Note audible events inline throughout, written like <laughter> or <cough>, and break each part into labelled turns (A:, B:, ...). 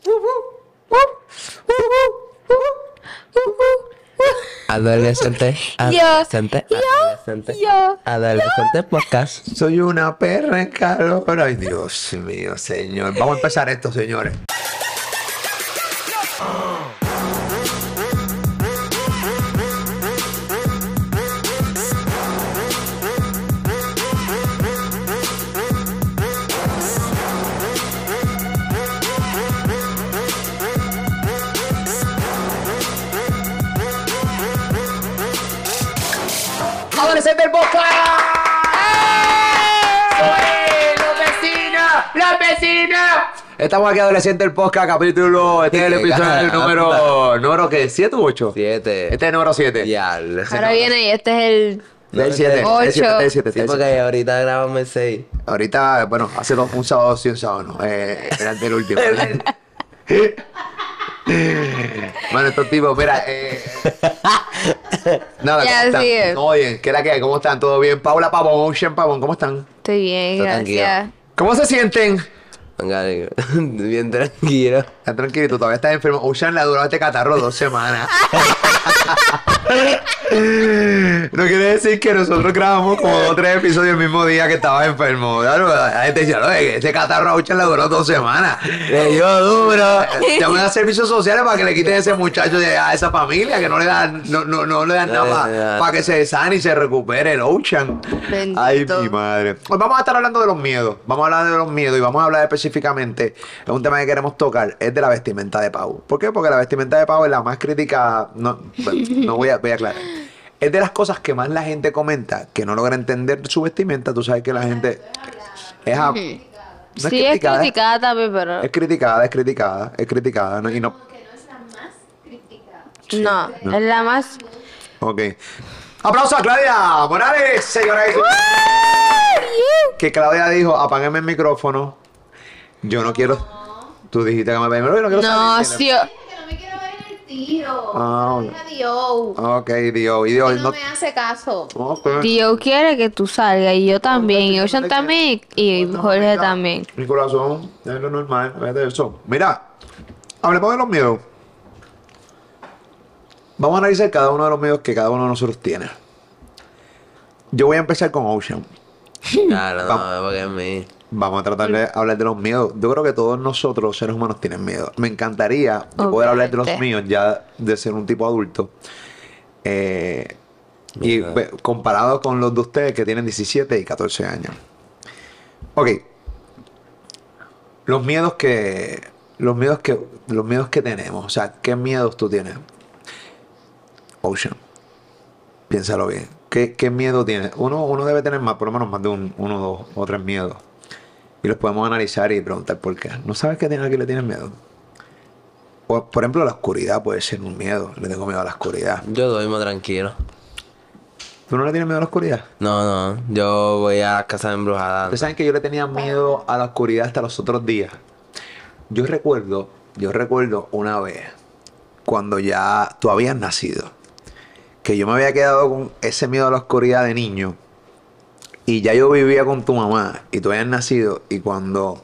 A: <laughs>
B: Adolescente, adolescente, adolescente,
A: yo,
B: adolescente podcast.
C: Soy una perra en calor. Ay, Dios mío, señor. Vamos a empezar esto, señores.
A: Adolescente los vecinos, los vecinos.
C: Estamos aquí, Adolescente el Podcast, capítulo. Este es el
B: Qué
C: episodio
B: gata.
C: número. ¿Número qué? ¿7 u 8?
B: Siete.
C: Este es el número 7.
B: Diablo.
A: Ahora viene y este es el.
C: Del 7.
A: Ocho.
C: Del 7. Del 7.
B: Sí, porque ahorita grabamos el 6.
C: Ahorita, bueno, hace dos, un sábado sí, un sábado no. Eh, era el del último. ¿eh? <laughs> bueno, estos tipos, mira. Eh...
A: Ya,
C: No, ¿cómo están?
A: así es.
C: Todo bien, ¿qué es la que hay? ¿Cómo están? ¿Todo bien? Paula Pavón, Ocean Pavón, ¿cómo están?
A: Estoy bien,
B: Estoy
A: gracias.
B: tranquilo.
C: ¿Cómo se sienten?
B: Venga, digo, <laughs> bien tranquilo.
C: Está tranquilo, tú todavía estás enfermo. Ocean le ha durado este catarro
B: <laughs>
C: dos semanas. no quiere decir que nosotros grabamos como dos o tres episodios el mismo día que estaba enfermo. Claro, la gente dice, "Oye, este catarro a Ocean le duró dos semanas.
B: Le dio duro.
C: Llamen a servicios sociales para que le quiten a ese muchacho de- a esa familia que no le dan, no, no, no le dan
B: No le
C: nada para
B: dan.
C: que se sane y se recupere el Ocean.
A: Bendito.
C: Ay, mi madre. Hoy vamos a estar hablando de los miedos. Vamos a hablar de los miedos y vamos a hablar específicamente de un tema que queremos tocar, es de la vestimenta de Pau. ¿Por qué? Porque la vestimenta de Pau es la más crítica. No, bueno, no voy a, voy a aclarar. Es de las cosas que más la gente comenta, que no logra entender su vestimenta. Tú sabes que la gente es a- no ¿eh?
A: sí, es criticada también, pero.
C: es criticada, es criticada, es criticada. ¿no? Y no.
A: no, es la más.
C: Ok. ¡Aplauso a Claudia! ¡Morales, señoras y señores! Que Claudia dijo: apáguenme el micrófono. Yo no quiero. Tú dijiste que me apaguen el micrófono, yo no quiero
A: No,
C: saber.
A: sí. o-
D: que no me quiero ver en el tiro.
C: Ah,
D: Deja a Dios.
C: Ok, Dios, y Dios.
D: Que no,
C: No...
D: me hace caso.
C: Ok.
A: Tío quiere que tú salgas y yo también, y
C: no
A: Ocean
C: te
A: también, y
C: Bueno,
A: Jorge
C: mira,
A: también.
C: Mi corazón es lo normal, vete eso. Mira, hablemos de los miedos. Vamos a analizar cada uno de los miedos que cada uno de nosotros tiene. Yo voy a empezar con Ocean.
B: Claro, no, porque es mí.
C: Vamos a tratar de hablar de los miedos. Yo creo que todos nosotros, los seres humanos, tienen miedo. Me encantaría yo poder hablar de los
A: Obviamente.
C: míos ya de ser un tipo adulto. Eh, y
B: Mira.
C: pues, comparado con los de ustedes que tienen 17 y 14 años. Ok. Los miedos que. Los miedos que. Los miedos que tenemos. O sea, ¿qué miedos tú tienes? Ocean. Piénsalo bien. ¿Qué, qué miedo tienes? Uno, uno debe tener más, por lo menos más de un, uno, dos o tres miedos. Y los podemos analizar y preguntar por qué. ¿No sabes qué tiene, a qué le tienes miedo? O, por ejemplo, la oscuridad puede ser un miedo. Le tengo miedo a la oscuridad.
B: Yo duermo tranquilo.
C: ¿Tú no le tienes miedo a la oscuridad?
B: No, no, yo voy a las casas embrujadas.
C: Ustedes saben que yo le tenía miedo a la oscuridad hasta los otros días. Yo recuerdo, yo recuerdo una vez, cuando ya tú habías nacido, que yo me había quedado con ese miedo a la oscuridad de niño. Y ya yo vivía con tu mamá y tú habías nacido. Y cuando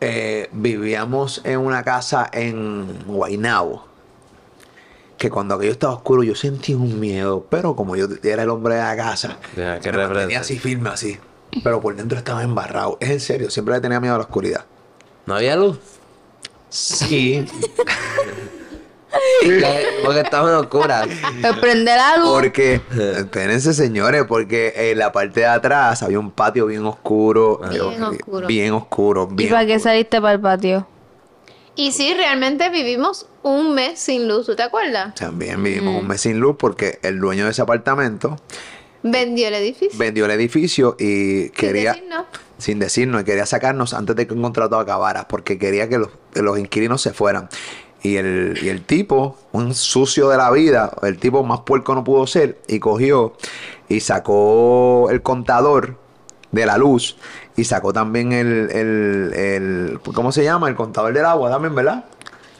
C: eh, vivíamos en una casa en Guaynabo, que cuando aquello estaba oscuro yo sentí un miedo. Pero como yo era el hombre de la casa,
B: Ya, qué
C: me mantenía
B: referencia.
C: así firme, así. Pero por dentro estaba embarrado. Es en serio, siempre le tenía miedo a la oscuridad.
B: ¿No había luz?
C: Sí.
B: ¿Qué? Porque
A: <laughs>
B: estaban oscuras.
A: Eh, Prende la luz.
C: Porque, espérense señores, porque en la parte de atrás había un patio bien oscuro. eh,
D: Bien oscuro.
C: Bien oscuro.
A: ¿Y
C: bien
A: para qué
C: oscuro.
A: saliste para el patio?
D: Y sí, realmente vivimos un mes sin luz, ¿tú te acuerdas?
C: También vivimos un mes sin luz porque el dueño de ese apartamento
D: Vendió el edificio.
C: vendió el edificio y quería...
D: decirnos.
C: sin decirnos, y quería sacarnos antes de que un contrato acabara, porque quería que los, que los inquilinos se fueran. Y el, y el tipo, un sucio de la vida, el tipo más puerco no pudo ser, y cogió y sacó el contador de la luz y sacó también el, el, el- ¿cómo se llama? El contador del agua también, ¿verdad?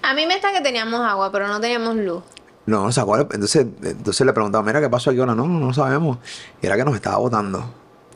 D: A mí me está que teníamos agua, pero no teníamos luz.
C: No, no sacó. Entonces, entonces le preguntaba, mira, ¿qué pasó aquí ahora? No, no, no sabemos. Y era que nos estaba votando.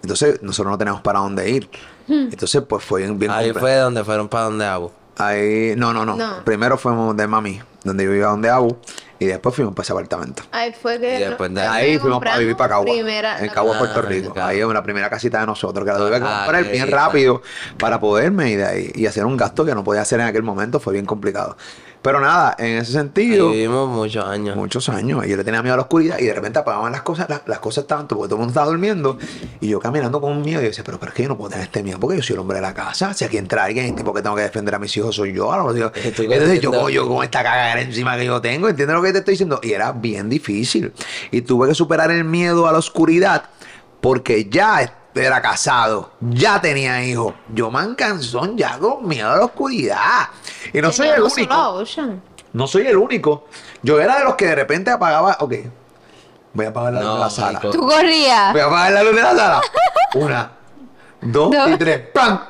C: Entonces, nosotros no teníamos para dónde ir. Entonces, pues fue bien, bien
B: Ahí
C: complejo.
B: fue donde fueron para donde Abu.
C: Ahí, no, no, no,
D: No.
C: Primero fuimos de mami. donde yo iba donde Abu, y después fuimos para ese apartamento.
D: Ahí fue que.
B: Y después de
D: nos-
C: pues, Ahí
D: nos
C: fuimos a vivir para Cagua,
D: compramos primera-
C: en Cagua,
B: Ah,
C: Puerto Rico.
B: claro.
C: Ahí en la primera casita de nosotros, que la tuve que
B: Ah,
C: comprar
B: qué
C: bien
B: rico.
C: rápido para poderme ir de ahí y hacer un gasto que no podía hacer en aquel momento, fue bien complicado. Pero nada, en ese
B: Ahí
C: sentido,
B: vivimos muchos años.
C: muchos años, y yo le tenía miedo a la oscuridad y de repente apagaban las cosas, las, las cosas tanto, porque todo el mundo estaba durmiendo, y yo caminando con un miedo, y yo decía, pero, pero es que yo no puedo tener este miedo, porque yo soy el hombre de la casa, si aquí entra alguien, porque tengo que defender a mis hijos, soy yo, ahora los digo,
B: Estoy
C: entonces yo,
B: contento.
C: yo con esta cagadera encima que yo tengo, ¿entiendes lo que te estoy diciendo? Y era bien difícil, y tuve que superar el miedo a la oscuridad, porque ya era casado, ya tenía hijos, yo mancanzón ya con miedo a la oscuridad, y no soy el
D: Teníamos solo
C: único.
D: a Ocean.
C: No soy el único. Yo era de los que de repente apagaba. Ok, voy a apagar la luz
B: No,
C: de la sala.
B: marico.
A: Tú corrías.
C: Voy a apagar la luz de la sala. Una, dos
A: No.
C: y tres. ¡Pam!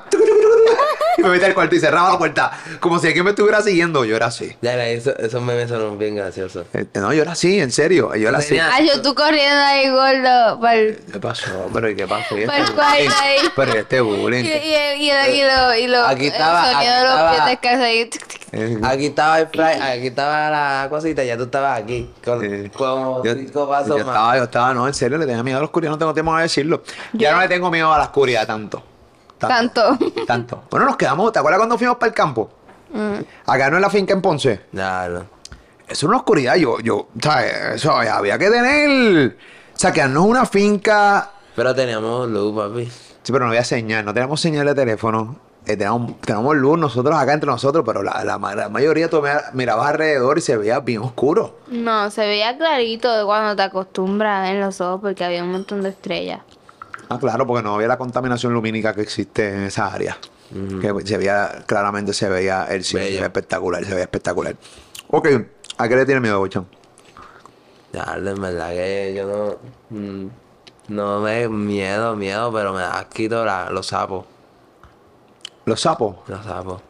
C: Y me metí al cuarto y cerraba la puerta. Como si alguien me estuviera siguiendo. Yo era así.
B: Dale, eso- esos memes son bien graciosos.
C: Eh, No, yo era así, en serio. Yo era así.
B: Tenía-
A: Ay, Ah, yo tú corriendo ahí, gordo. pa'l-
C: ¿Qué pasó? Pero ¿y qué pasó? ¿Y este
A: Pa'l
C: bullying?
A: cuarto ahí.
C: Pero ¿y este
A: Y,
C: bullying.
A: y, y, y, lo- y lo, y lo,
B: Aquí estaba-
A: el sonido
B: aquí
A: de los
B: estaba-
A: pies descalzos ahí. tic, tic, tic.
C: Eh,
B: Aquí estaba el fry, aquí estaba la cosita, ya tú estabas aquí. Con,
C: Eh,
B: con
C: yo,
B: cinco pasos
C: yo
B: más.
C: estaba, yo estaba, no, en serio, le tenía miedo a la oscuridad, no tengo tiempo de decirlo. Ya no le tengo miedo a la oscuridad tanto.
A: Tanto.
C: Tanto. Bueno, nos quedamos. ¿Te acuerdas cuando fuimos para el campo? Acá no en la finca en Ponce.
B: Claro.
C: Es una oscuridad. Yo, yo, ¿sabes? Eso había que tener. O sea, quedarnos en una finca.
B: Pero teníamos luz, papi.
C: Sí, pero no había señal. No teníamos señal de teléfono. Eh, teníamos, teníamos luz nosotros acá entre nosotros, pero la, la ma- la mayoría tú mira- mirabas alrededor y se veía bien oscuro.
A: No, se veía clarito de cuando te acostumbras en los ojos porque había un montón de estrellas.
C: Ah, claro, porque no había la contaminación lumínica que existe en esa área. Que se veía, claramente se veía el cielo, se
B: Bello.
C: veía espectacular, se veía espectacular. Ok, ¿a qué le tiene miedo, Bochón?
B: Dale, en verdad que yo no. mm, No me miedo, miedo, pero me da asquito la- los sapos.
C: Los sapos.
B: Los sapos.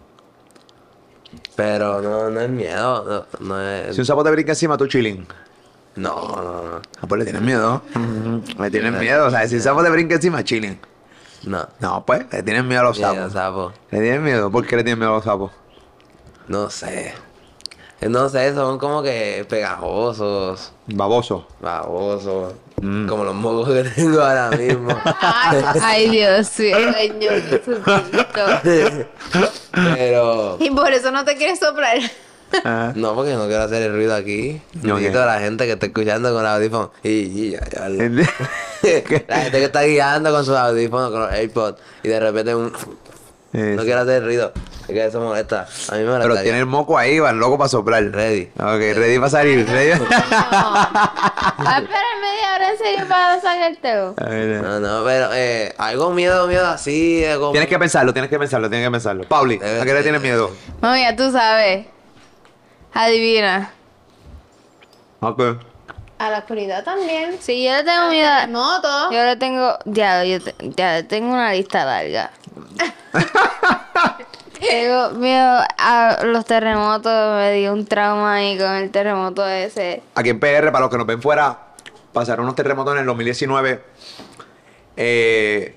B: Pero no, no es miedo. No, no es.
C: Si un sapo te brinca encima, tú chilling.
B: No, no, no.
C: Ah, pues le tienes miedo. Le tienes miedo. O sea, si un sapo te brinca encima, chilling.
B: No.
C: No, pues, le tienes miedo a los
B: Miedo,
C: sapos.
B: sapo.
C: Le tienes miedo. ¿Por qué le tienes miedo a los sapos?
B: No sé. No sé, son como que pegajosos,
C: Baboso.
B: babosos.
C: Mm.
B: Como los mocos <laughs> que tengo ahora
C: <laughs>
B: mismo.
A: Ay, <laughs> ay, Dios mío, Señor
B: <laughs>
A: Jesucristo.
B: pero.
D: Y por eso no te quieres soplar.
C: Ah,
B: No, porque no quiero hacer el ruido aquí. No
C: Ok.
B: quito a la gente que está escuchando con el audífono. Y, y- ya, ya, la
C: <laughs> ¿entiendes?
B: la gente que está guiando con sus audífonos, con los AirPods. Y de repente un...
C: Eh,
B: <laughs> No quiero hacer el ruido. Es que eso molesta. A mí me molesta.
C: Pero tiene el moco ahí, van loco para soplar.
B: Ready.
C: Ok, ready para salir.
B: <laughs>
C: Ready.
A: Ah, espera media hora en serio para sacártelo.
C: A ver, eh.
B: No, no, pero eh, algo miedo, miedo así. algo-
C: Tienes que pensarlo, tienes que pensarlo, tienes que pensarlo. Pauli, ¿a qué le tienes miedo?
A: Mami, ya tú sabes. Adivina.
C: Ok.
D: A la oscuridad también.
A: Si yo le tengo miedo, a-
D: Moto.
A: yo le tengo, ya, yo te- ya tengo una lista larga.
C: <laughs>
A: tengo miedo a los terremotos, me dio un trauma ahí con el terremoto ese.
C: Aquí en PR, para los que nos ven fuera, pasaron unos terremotos en el 2019. Eh,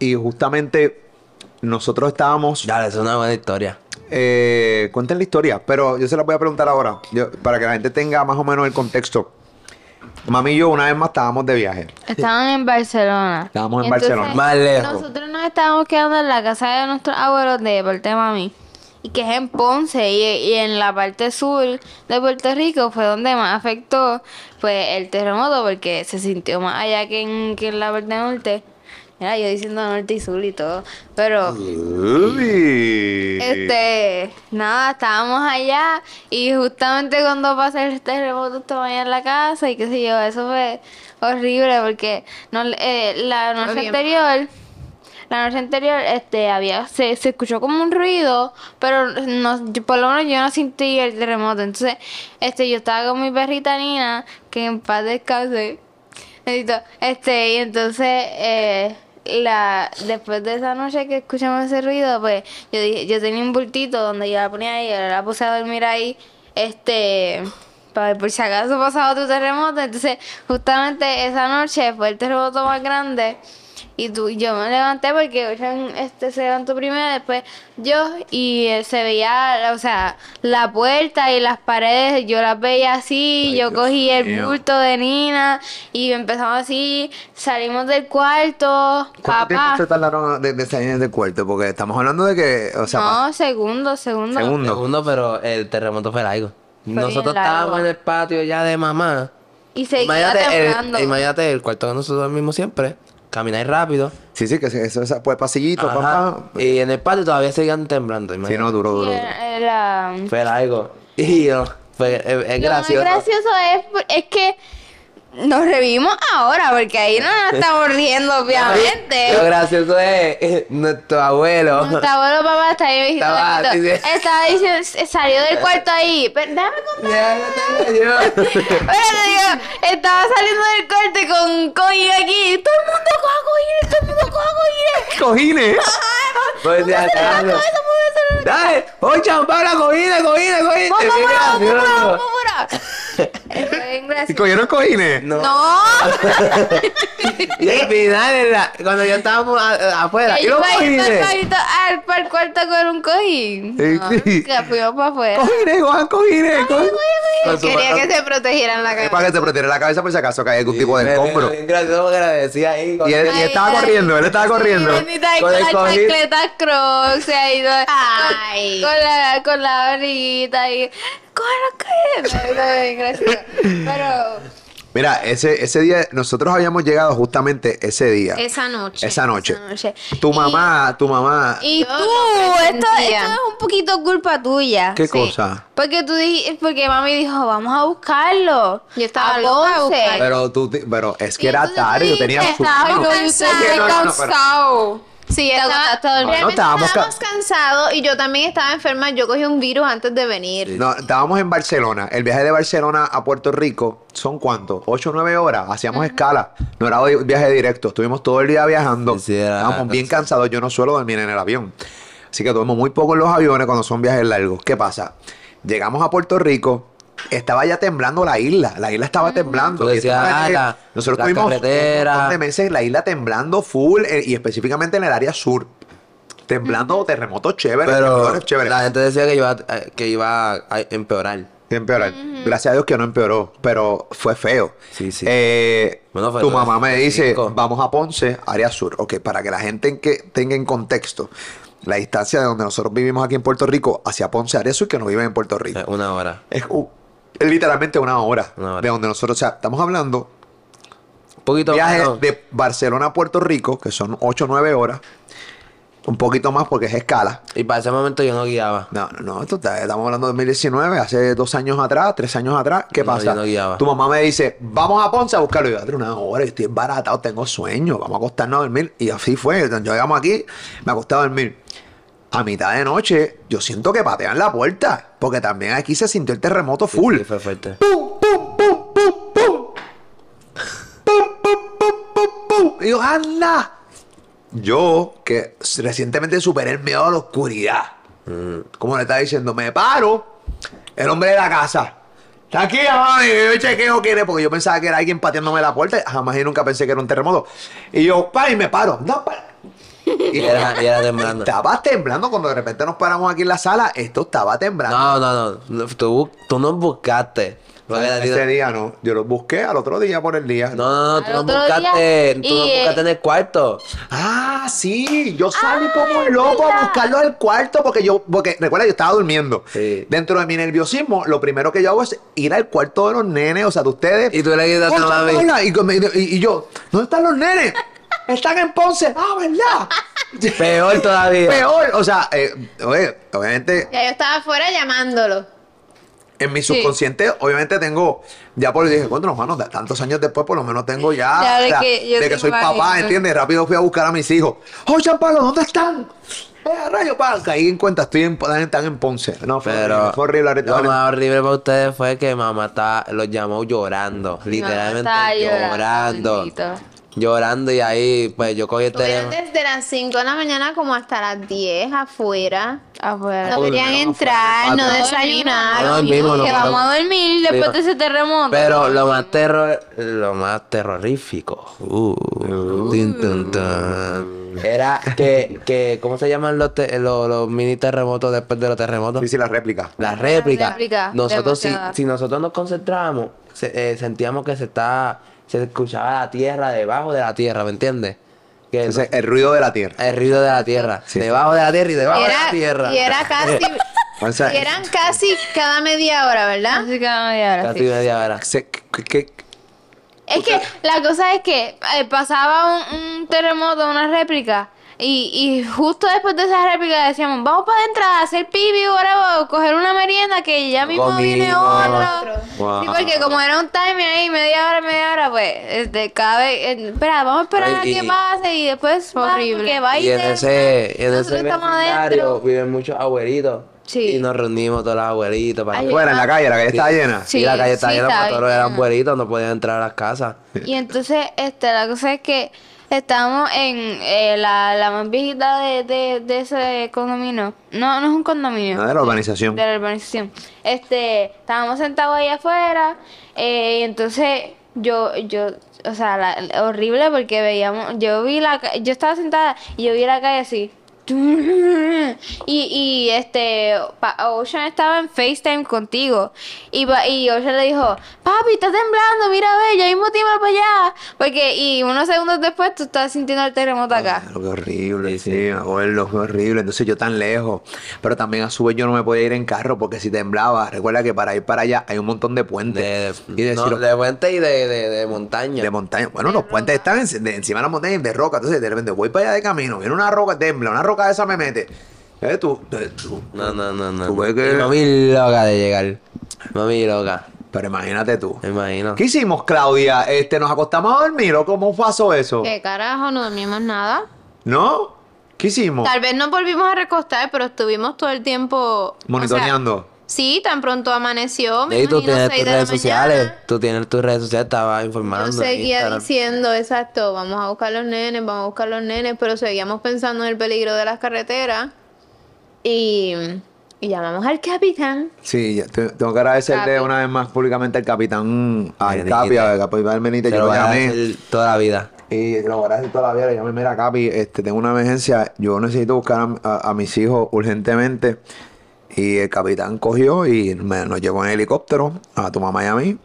C: y justamente nosotros estábamos.
B: Dale, es una buena historia.
C: Eh, cuenten la historia, pero yo se la voy a preguntar ahora, yo- para que la gente tenga más o menos el contexto. Mami y yo una vez más estábamos de viaje.
A: Estaban en Barcelona.
C: Estábamos en
A: Entonces,
C: Barcelona.
B: Más lejos.
A: Nosotros nos estábamos quedando en la casa de nuestros abuelos de parte de mami. Y que es en Ponce y, y en la parte sur de Puerto Rico fue donde más afectó pues el terremoto porque se sintió más allá que en, que en la parte norte. Mira, yo diciendo norte y sur y todo. Pero
C: Uy.
A: este, nada, estábamos allá y justamente cuando pasó el este terremoto estaba allá en la casa y qué sé yo, eso fue horrible porque no, eh, la noche
D: bien.
A: anterior, la noche anterior, este, había, se, se escuchó como un ruido, pero no, yo- por lo menos yo no sentí el terremoto, entonces, este, yo estaba con mi perrita Nina, que en paz descanse, Necesito, este, y entonces, eh, la, después de esa noche que escuchamos ese ruido, pues, yo dije, yo tenía un bultito donde yo la ponía ahí, yo la puse a dormir ahí, este, para ver por si acaso pasaba otro terremoto, entonces, justamente esa noche fue el terremoto más grande Y tú, yo me levanté porque Ocean este, se levantó primero, después yo, y eh, se veía, o sea, la puerta y las paredes, yo las veía así,
C: Ay,
A: yo
C: Dios
A: cogí el
C: mío.
A: bulto de Nina y empezamos así, salimos del cuarto,
C: ¿Cuánto tiempo
A: papá.
C: se tardaron de, de salir del cuarto? Porque estamos hablando de que, o sea, pa-
A: No, segundo, segundo.
C: Segundo.
B: Segundo, pero el terremoto fue largo.
A: Fue
B: nosotros
A: bien largo.
B: estábamos en el patio ya de mamá.
A: Y seguía
B: Imagínate
A: temblando.
B: el, imagínate el cuarto que nosotros mismos siempre. Camináis rápido.
C: sí, sí, que se- eso, es pues pasillito,
B: Ajá.
C: papá.
B: Y en el patio todavía seguían temblando.
C: Sí,
B: Imagínate.
C: no, duro, duro.
A: Y
C: duro.
A: era- era-
B: Fue largo. Y yo, fue, es, es
A: Lo más
B: gracioso.
A: gracioso es, por- es que nos revimos ahora, porque ahí no
B: <laughs>
A: nos estamos riendo,
B: Lo
A: obviamente.
B: gracioso es eh, nuestro abuelo.
A: Nuestro abuelo papá está ahí diciendo,
B: Estaba
A: esto.
B: diciendo-
A: estaba diciendo, s- salió del cuarto ahí, pero déjame con-
B: <laughs> <laughs> Ya, ya te lo llevo.
A: pero te digo, estaba saliendo del corte con Coy aquí, todo el mundo coja Coy, todo el mundo coja Coy.
C: ¡Cojines!
A: <laughs>
B: Pues ya, Carlos. Dale, oye, para cogida, cogida, cogida.
A: ¡Vamos,
B: Qué
A: vamos, vamos,
B: gracioso.
A: vamos, vamos! Fue bien
C: ¿Y
A: gracioso.
C: cogieron cojines?
B: No.
A: ¡No!
B: Y al final, en la- cuando ya estábamos a- afuera, y
A: Que
B: los
A: yo iba a ir
B: cojines.
A: al cuarto, al, pa'l cuarto con un cojín.
C: Sí,
A: No,
C: sí.
A: que fuimos para afuera.
C: ¡Cojines, cojan cojines! cojan-
B: Con su-
D: Quería que se protegieran la
C: Es
D: cabeza.
C: para que te protegiera la cabeza por si acaso cae algún tipo de
B: Pero,
C: escombro.
B: bien Gracioso porque le decía ahí. con-
C: Y él, y
A: Ay,
C: estaba
A: ay.
C: corriendo, él estaba corriendo.
A: Sí, bendita, y
B: Con
A: con
B: el
A: las
B: cojín.
A: chancletas crocs, ahí, no,
D: Ay.
A: Con, con la, con la barriguita y... ¡Corre, corre! No, no, es gracioso. Pero...
C: Mira, ese, ese día, nosotros habíamos llegado justamente ese día.
D: Esa noche.
C: Esa noche.
A: esa noche.
C: Tu
A: Y-
C: mamá, tu mamá.
A: Y
D: Yo
A: tú, esto,
D: no pretendía.
A: esto es un poquito culpa tuya.
C: ¿Qué cosa?
A: Porque tú dijiste, porque mami dijo, vamos a buscarlo.
D: Yo estaba
A: a
D: loca de
A: Ponce".
D: buscarlo.
C: Pero tú, te- pero es que
A: Y
C: era
A: entonces tú
C: tarde, yo tenía
A: dijiste,
C: sueño.
A: "Ay, no, yo
D: Cansado.
A: estoy
C: No, no, no, pero-
A: cansado".
D: Sí, estaba,
A: agotaste a dormir.
D: realmente
C: No, estábamos
D: estábamos, cansados y yo también estaba enferma. Yo cogí un virus antes de venir.
C: No, estábamos en Barcelona. El viaje de Barcelona a Puerto Rico son cuántos? ¿Ocho o nueve horas. Hacíamos escala. No era hoy- viaje directo. Estuvimos todo el día viajando.
B: Sí, sí, era-
C: Estábamos bien cansados. Yo no suelo dormir en el avión. Así que duermo muy poco en los aviones cuando son viajes largos. ¿Qué pasa? Llegamos a Puerto Rico. Estaba ya temblando la isla. La isla estaba temblando.
B: Tú
C: Y
B: decías,
C: estaba-
B: ah, la-
C: nosotros
B: la
C: tuvimos un
B: carretera.
C: montón de meses la isla temblando full eh, y específicamente en el área sur. Temblando terremotos chéveres.
B: Pero
C: temblores chéveres.
B: la gente decía que iba, a- que iba a empeorar.
C: Empeorar. Gracias a Dios que no empeoró, pero fue feo.
B: Sí, sí.
C: Eh,
B: Bueno, fue
C: tu
B: todo
C: mamá me
B: fue
C: dice,
B: rico.
C: vamos a Ponce, área sur. Ok, para que la gente en que tenga en contexto la distancia de donde nosotros vivimos aquí en Puerto Rico hacia Ponce, área sur, que no viven en Puerto Rico.
B: Eh, Una hora.
C: Es, u- es literalmente una hora,
B: Una hora.
C: de donde nosotros, o sea, estamos hablando
B: Un poquito
C: viaje
B: menos.
C: de Barcelona a Puerto Rico, que son 8 o 9 horas, un poquito más porque es escala.
B: Y para ese momento yo no guiaba.
C: No, no, no, esto está- estamos hablando de 2019, hace dos años atrás, tres años atrás. ¿Qué
B: No,
C: pasa?
B: yo no guiaba.
C: tu mamá me dice, vamos a Ponce a buscarlo. Y yo, "Andrés, una hora, yo estoy embaratado, tengo sueño, vamos a acostarnos a dormir. Y así fue, entonces llegamos aquí, me acosté a dormir. A mitad de noche, yo siento que patean la puerta, porque también aquí se sintió el terremoto
B: Sí,
C: full.
B: sí, fue fuerte.
C: Y yo, anda. Yo, que recientemente superé el miedo a la oscuridad. Como le estaba diciendo, me paro. El hombre de la casa. Tranquila, mami, yo chequeo quién es, porque yo pensaba que era alguien pateándome la puerta. Jamás y nunca pensé que era un terremoto. Y yo, para, y me paro. No, para.
B: Y era, y era temblando.
C: Estaba temblando cuando de repente nos paramos aquí en la sala. Esto estaba temblando.
B: No, no, no. No, Tú, tú nos buscaste. Porque la-
C: Ese día no. Yo lo busqué al otro día por el día.
B: No, no, no. Tú
A: Al
B: nos
A: otro
B: buscaste.
A: día,
B: Tú nos
A: y, eh,
B: buscaste en el cuarto.
C: Ah, sí, yo salí como loco a buscarlo al cuarto porque yo, porque recuerda, yo estaba durmiendo.
B: Sí.
C: Dentro de mi nerviosismo, lo primero que yo hago es ir al cuarto de los nenes, o sea, de ustedes.
B: Y tú le gritaste a
C: "Concha,
B: mami.
C: Paula", y, con- y- y yo, ¿dónde están los nenes? Están en Ponce. Ah,
B: <laughs>
C: ¿verdad?
B: Peor todavía.
C: Peor, o sea, eh, oye, obviamente
D: Ya yo estaba afuera llamándolo.
C: en mi subconsciente, obviamente tengo, ya por dije, contra hermano, de- tantos años después, por lo menos tengo ya,
A: Ya, de
C: o sea,
A: que yo
C: de que
A: tengo
C: soy papá,
A: varios.
C: ¿entiendes? Rápido fui a buscar a mis hijos. ¡Oye, Pablo, ¿dónde están? Eh, rayo, pa, caí en cuenta, estoy en, están en Ponce. No, fue horrible,
B: Pero
C: fue horrible. ahorita-
B: lo más horrible para ustedes fue que mamá estaba- los llamó llorando. Literalmente
A: estaba llorando,
B: llorando.
A: bendito.
B: Llorando y ahí pues yo cogí el
D: Estuvieron
B: teléfono.
D: desde las 5 de la mañana como hasta las 10 afuera.
A: a
B: Ah,
A: poder.
D: No
B: pues
D: querían
C: dormimos
D: entrar, no
B: fatal. No
D: desayunaron.
B: dormimos, no,
A: pues, que
B: pero-
A: vamos a dormir después de ese terremoto.
B: Pero lo más terror, lo más terrorífico uh, tin, tun, tun, era que, que, ¿cómo se llaman los, te- los, los mini terremotos después de los terremotos?
C: Sí, sí, la réplica.
B: La réplica.
A: réplica,
B: Nosotros, si,
A: demasiada.
B: si nosotros nos concentrábamos, se- eh, sentíamos que se está, se escuchaba la tierra debajo de la tierra, ¿me entiendes? Que
C: Entonces, el ruido de la tierra.
B: el ruido de la tierra,
C: Sí.
B: debajo de la tierra y debajo de la
D: Y
B: tierra.
D: era, y
B: <laughs>
D: era casi,
C: O sea,
D: y eran casi cada media hora, ¿verdad?
A: Así que vamos a llegar
B: Casi
A: así.
B: media hora.
C: se- que- que-
A: Es que la cosa es que eh, pasaba un, un terremoto, una réplica. Y, y justo después de esa réplica decíamos, vamos para adentro a hacer pibi, ahora vamos a coger una merienda que ya mismo viene
B: Comimos.
A: otro.
C: Wow.
A: Sí, porque como era un timing ahí, media hora, media hora, pues, este, cada vez, eh, espera, vamos a esperar a
B: Ay,
A: que
B: y-
A: pase y después va,
D: Horrible.
A: porque va
B: Y en
A: te-
B: ese, y en ese
A: nosotros estamos
B: vecindario
A: adentro.
B: viven muchos abuelitos.
A: Sí.
B: Y nos reunimos todos los abuelitos. Para
A: Ay, ah.
C: Fuera, en la calle, la calle estaba
B: Sí.
C: llena.
B: y la calle está
A: Sí,
B: llena
A: estaba
B: porque todos eran
A: llena.
B: abuelitos, no podían entrar a las casas.
A: Y entonces, este, la cosa es que estábamos en eh, la, la más viejita de, de, de ese condominio. No, no es un condominio.
C: Nada de la urbanización.
A: De la urbanización. Este, estábamos sentados ahí afuera. eh, y entonces yo, yo, o sea, la- horrible porque veíamos, yo vi la, ca- yo estaba sentada y yo vi la calle así. <laughs> Y, y este, pa- Ocean estaba en FaceTime contigo. Y, pa- y Ocean le dijo, papi, está temblando, mira, ve, ya mismo te iba para allá. Porque, y unos segundos después tú estás sintiendo el terremoto acá.
C: Claro, qué horrible, sí, me acuerdo, fue horrible. Entonces yo tan lejos, pero también a su vez yo no me podía ir en carro porque si temblaba, recuerda que para ir para allá hay un montón de puentes
B: De,
C: y de,
B: no,
C: si los-
B: de puente y de, de, de montaña.
C: de montaña. Bueno, los puentes están en- de- encima de la montaña y de roca, entonces de repente voy para allá de camino, viene una roca, tembla, una roca de esa me mete. Eh, tú, eh, tú.
B: no, no, no, no.
C: Tú ves que-
B: Y Mami loca de llegar. Mami loca,
C: Pero imagínate tú.
B: me imagino.
C: ¿Qué hicimos, Claudia? Este, ¿Nos acostamos a dormir o cómo pasó eso?
D: Que carajo, no dormimos nada.
C: ¿No? ¿Qué hicimos?
D: Tal vez nos volvimos a recostar, pero estuvimos todo el tiempo o
C: Monitoreando.
D: sea, sí, tan pronto amaneció. Me
B: Y tú
D: imagino
B: tienes
D: seis
B: tus
D: de la
B: redes sociales,
D: mañana.
B: tú tienes tus redes sociales, estabas
D: Yo
B: informando.
D: seguía
B: Instagram.
D: diciendo, exacto, vamos a buscar los nenes, vamos a buscar los nenes, pero seguíamos pensando en el peligro de las carreteras y, y llamamos al capitán.
C: Sí, ya, te- tengo que agradecerle
D: Capi.
C: una vez más públicamente al capitán, al
B: Benítez.
C: Capi, al capitán Benítez.
B: Te
C: Yo
B: lo
C: lo
B: voy a
C: llamé
B: hacer toda la vida.
C: y lo agradezco toda la vida. Le llamé, mira, Capi, este, tengo una emergencia. Yo necesito buscar a, a- a mis hijos urgentemente. Y el capitán cogió y me- nos llevó en helicóptero a tu mamá y a mí.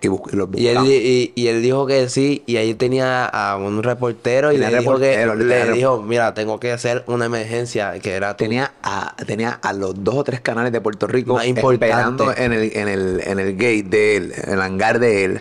C: Y, bus- y los
B: Y él,
C: buscamos.
B: y, y él dijo que sí, y ahí tenía a un reportero y
C: Tenía
B: le dijo, que,
C: reportero,
B: le
C: literal.
B: dijo, mira, tengo que hacer una emergencia, que era tu-
C: Tenía a, tenía a los dos o tres canales de Puerto Rico
B: Más importante.
C: esperando en el, en, el, en el gate de él, en el hangar de él.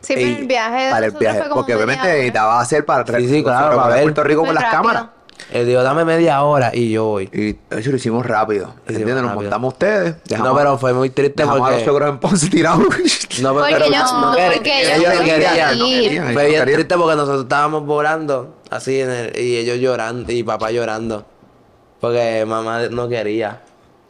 D: Sí,
C: Y-
D: pero el viaje de
C: para el
D: nosotros
C: viaje,
D: fue como
C: porque
D: media
C: obviamente
D: hora.
C: necesitaba hacer para
B: Sí, sí, claro, para
C: para
B: ver.
C: Puerto Rico
D: Muy
C: con las
D: rápido.
C: cámaras.
B: Él dijo, dame media hora y yo voy.
C: Y eso lo hicimos rápido. ¿Entiendes? Nos
B: rápido.
C: montamos ustedes.
B: no, pero fue muy triste
C: dejamos a los
B: porque...
C: suegros en Ponce tirados.
B: <laughs>
C: Eh,
B: No, pero,
D: Porque
B: pero-
D: ellos-
B: no,
D: porque
B: porque
D: ellos
B: ellos no
D: no
B: querían.
D: querían ir.
B: Fue bien triste porque nosotros estábamos volando, así, en el- y ellos llorando, y papá llorando, porque mamá no quería.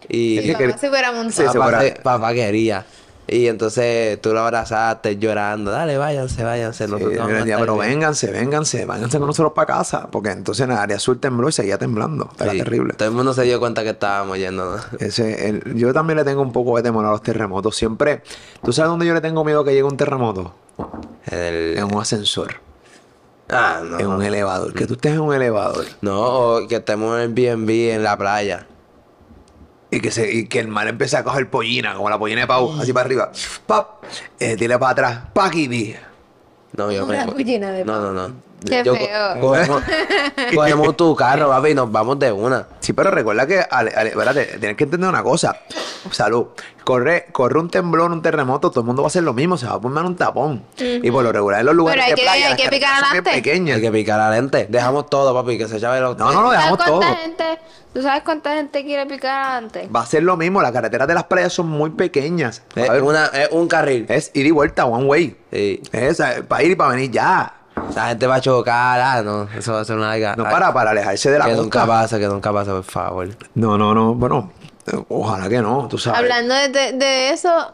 B: Y,
D: Mi papá se fuera montado.
C: Sí, se
B: papá,
C: fuera.
B: se- papá quería. Y entonces tú lo abrazaste llorando. Dale, váyanse, váyanse. Nosotros vamos a estar
C: pero
B: bien".
C: vénganse, vénganse, vénganse con nosotros para casa. Porque entonces en el área sur tembló y seguía temblando. Era
B: Sí,
C: terrible.
B: Todo el mundo se dio cuenta que estábamos yéndonos. <laughs>
C: Ese, el- yo también le tengo un poco de temor a los terremotos. Siempre, ¿tú sabes dónde yo le tengo miedo que llegue un terremoto?
B: En el...
C: En un ascensor,
B: Ah, no.
C: en un elevador. Que tú estés en un elevador
B: No, o que estemos en el B&B en la playa.
C: Y que, se, y que el mar empieza a coger pollina, como la pollina de Pau, así para arriba. ¡Pap! Eh, tira para atrás. ¡Pac! Y di.
B: No, yo
D: Una
B: me-
D: bullina de
B: No, no, no.
A: Qué
B: Yo co-
A: feo.
C: <laughs>
B: Cogemos, cogemos tu carro, papi, y nos vamos de una.
C: Sí, pero recuerda que, ale- ale- espérate, tienes que entender una cosa. Salud. Corre, corre un temblor, un terremoto, todo el mundo va a hacer lo mismo, se va a poner un tapón. Y por lo regular en los lugares
D: Pero hay
C: de
D: que-
C: playa,
D: hay
C: las
D: que picar
C: carreteras son bien
D: adelante.
B: Hay
C: pequeñas.
B: que picar la lente. Dejamos todo, papi, que se llave los...
C: No, no, no,
A: ¿Tú sabes
C: dejamos todo.
A: cuánta gente, tú sabes cuánta gente quiere picar antes?
C: Va a ser lo mismo, las carreteras de las playas son muy pequeñas. A
B: Es,
C: ver,
B: Eh,
C: Eh.
B: una, es un carril.
C: es ir y vuelta, one way.
B: Sí.
C: Es eh, para ir y para venir ya.
B: La gente va a chocar, ah, no. Eso va a ser una larga.
C: No para, para alejarse de la
B: que nunca
C: costa.
B: pasa, que nunca pasa, por favor.
C: No, no, no, bueno, eh, ojalá que no, tú sabes.
D: Hablando de, de- de eso,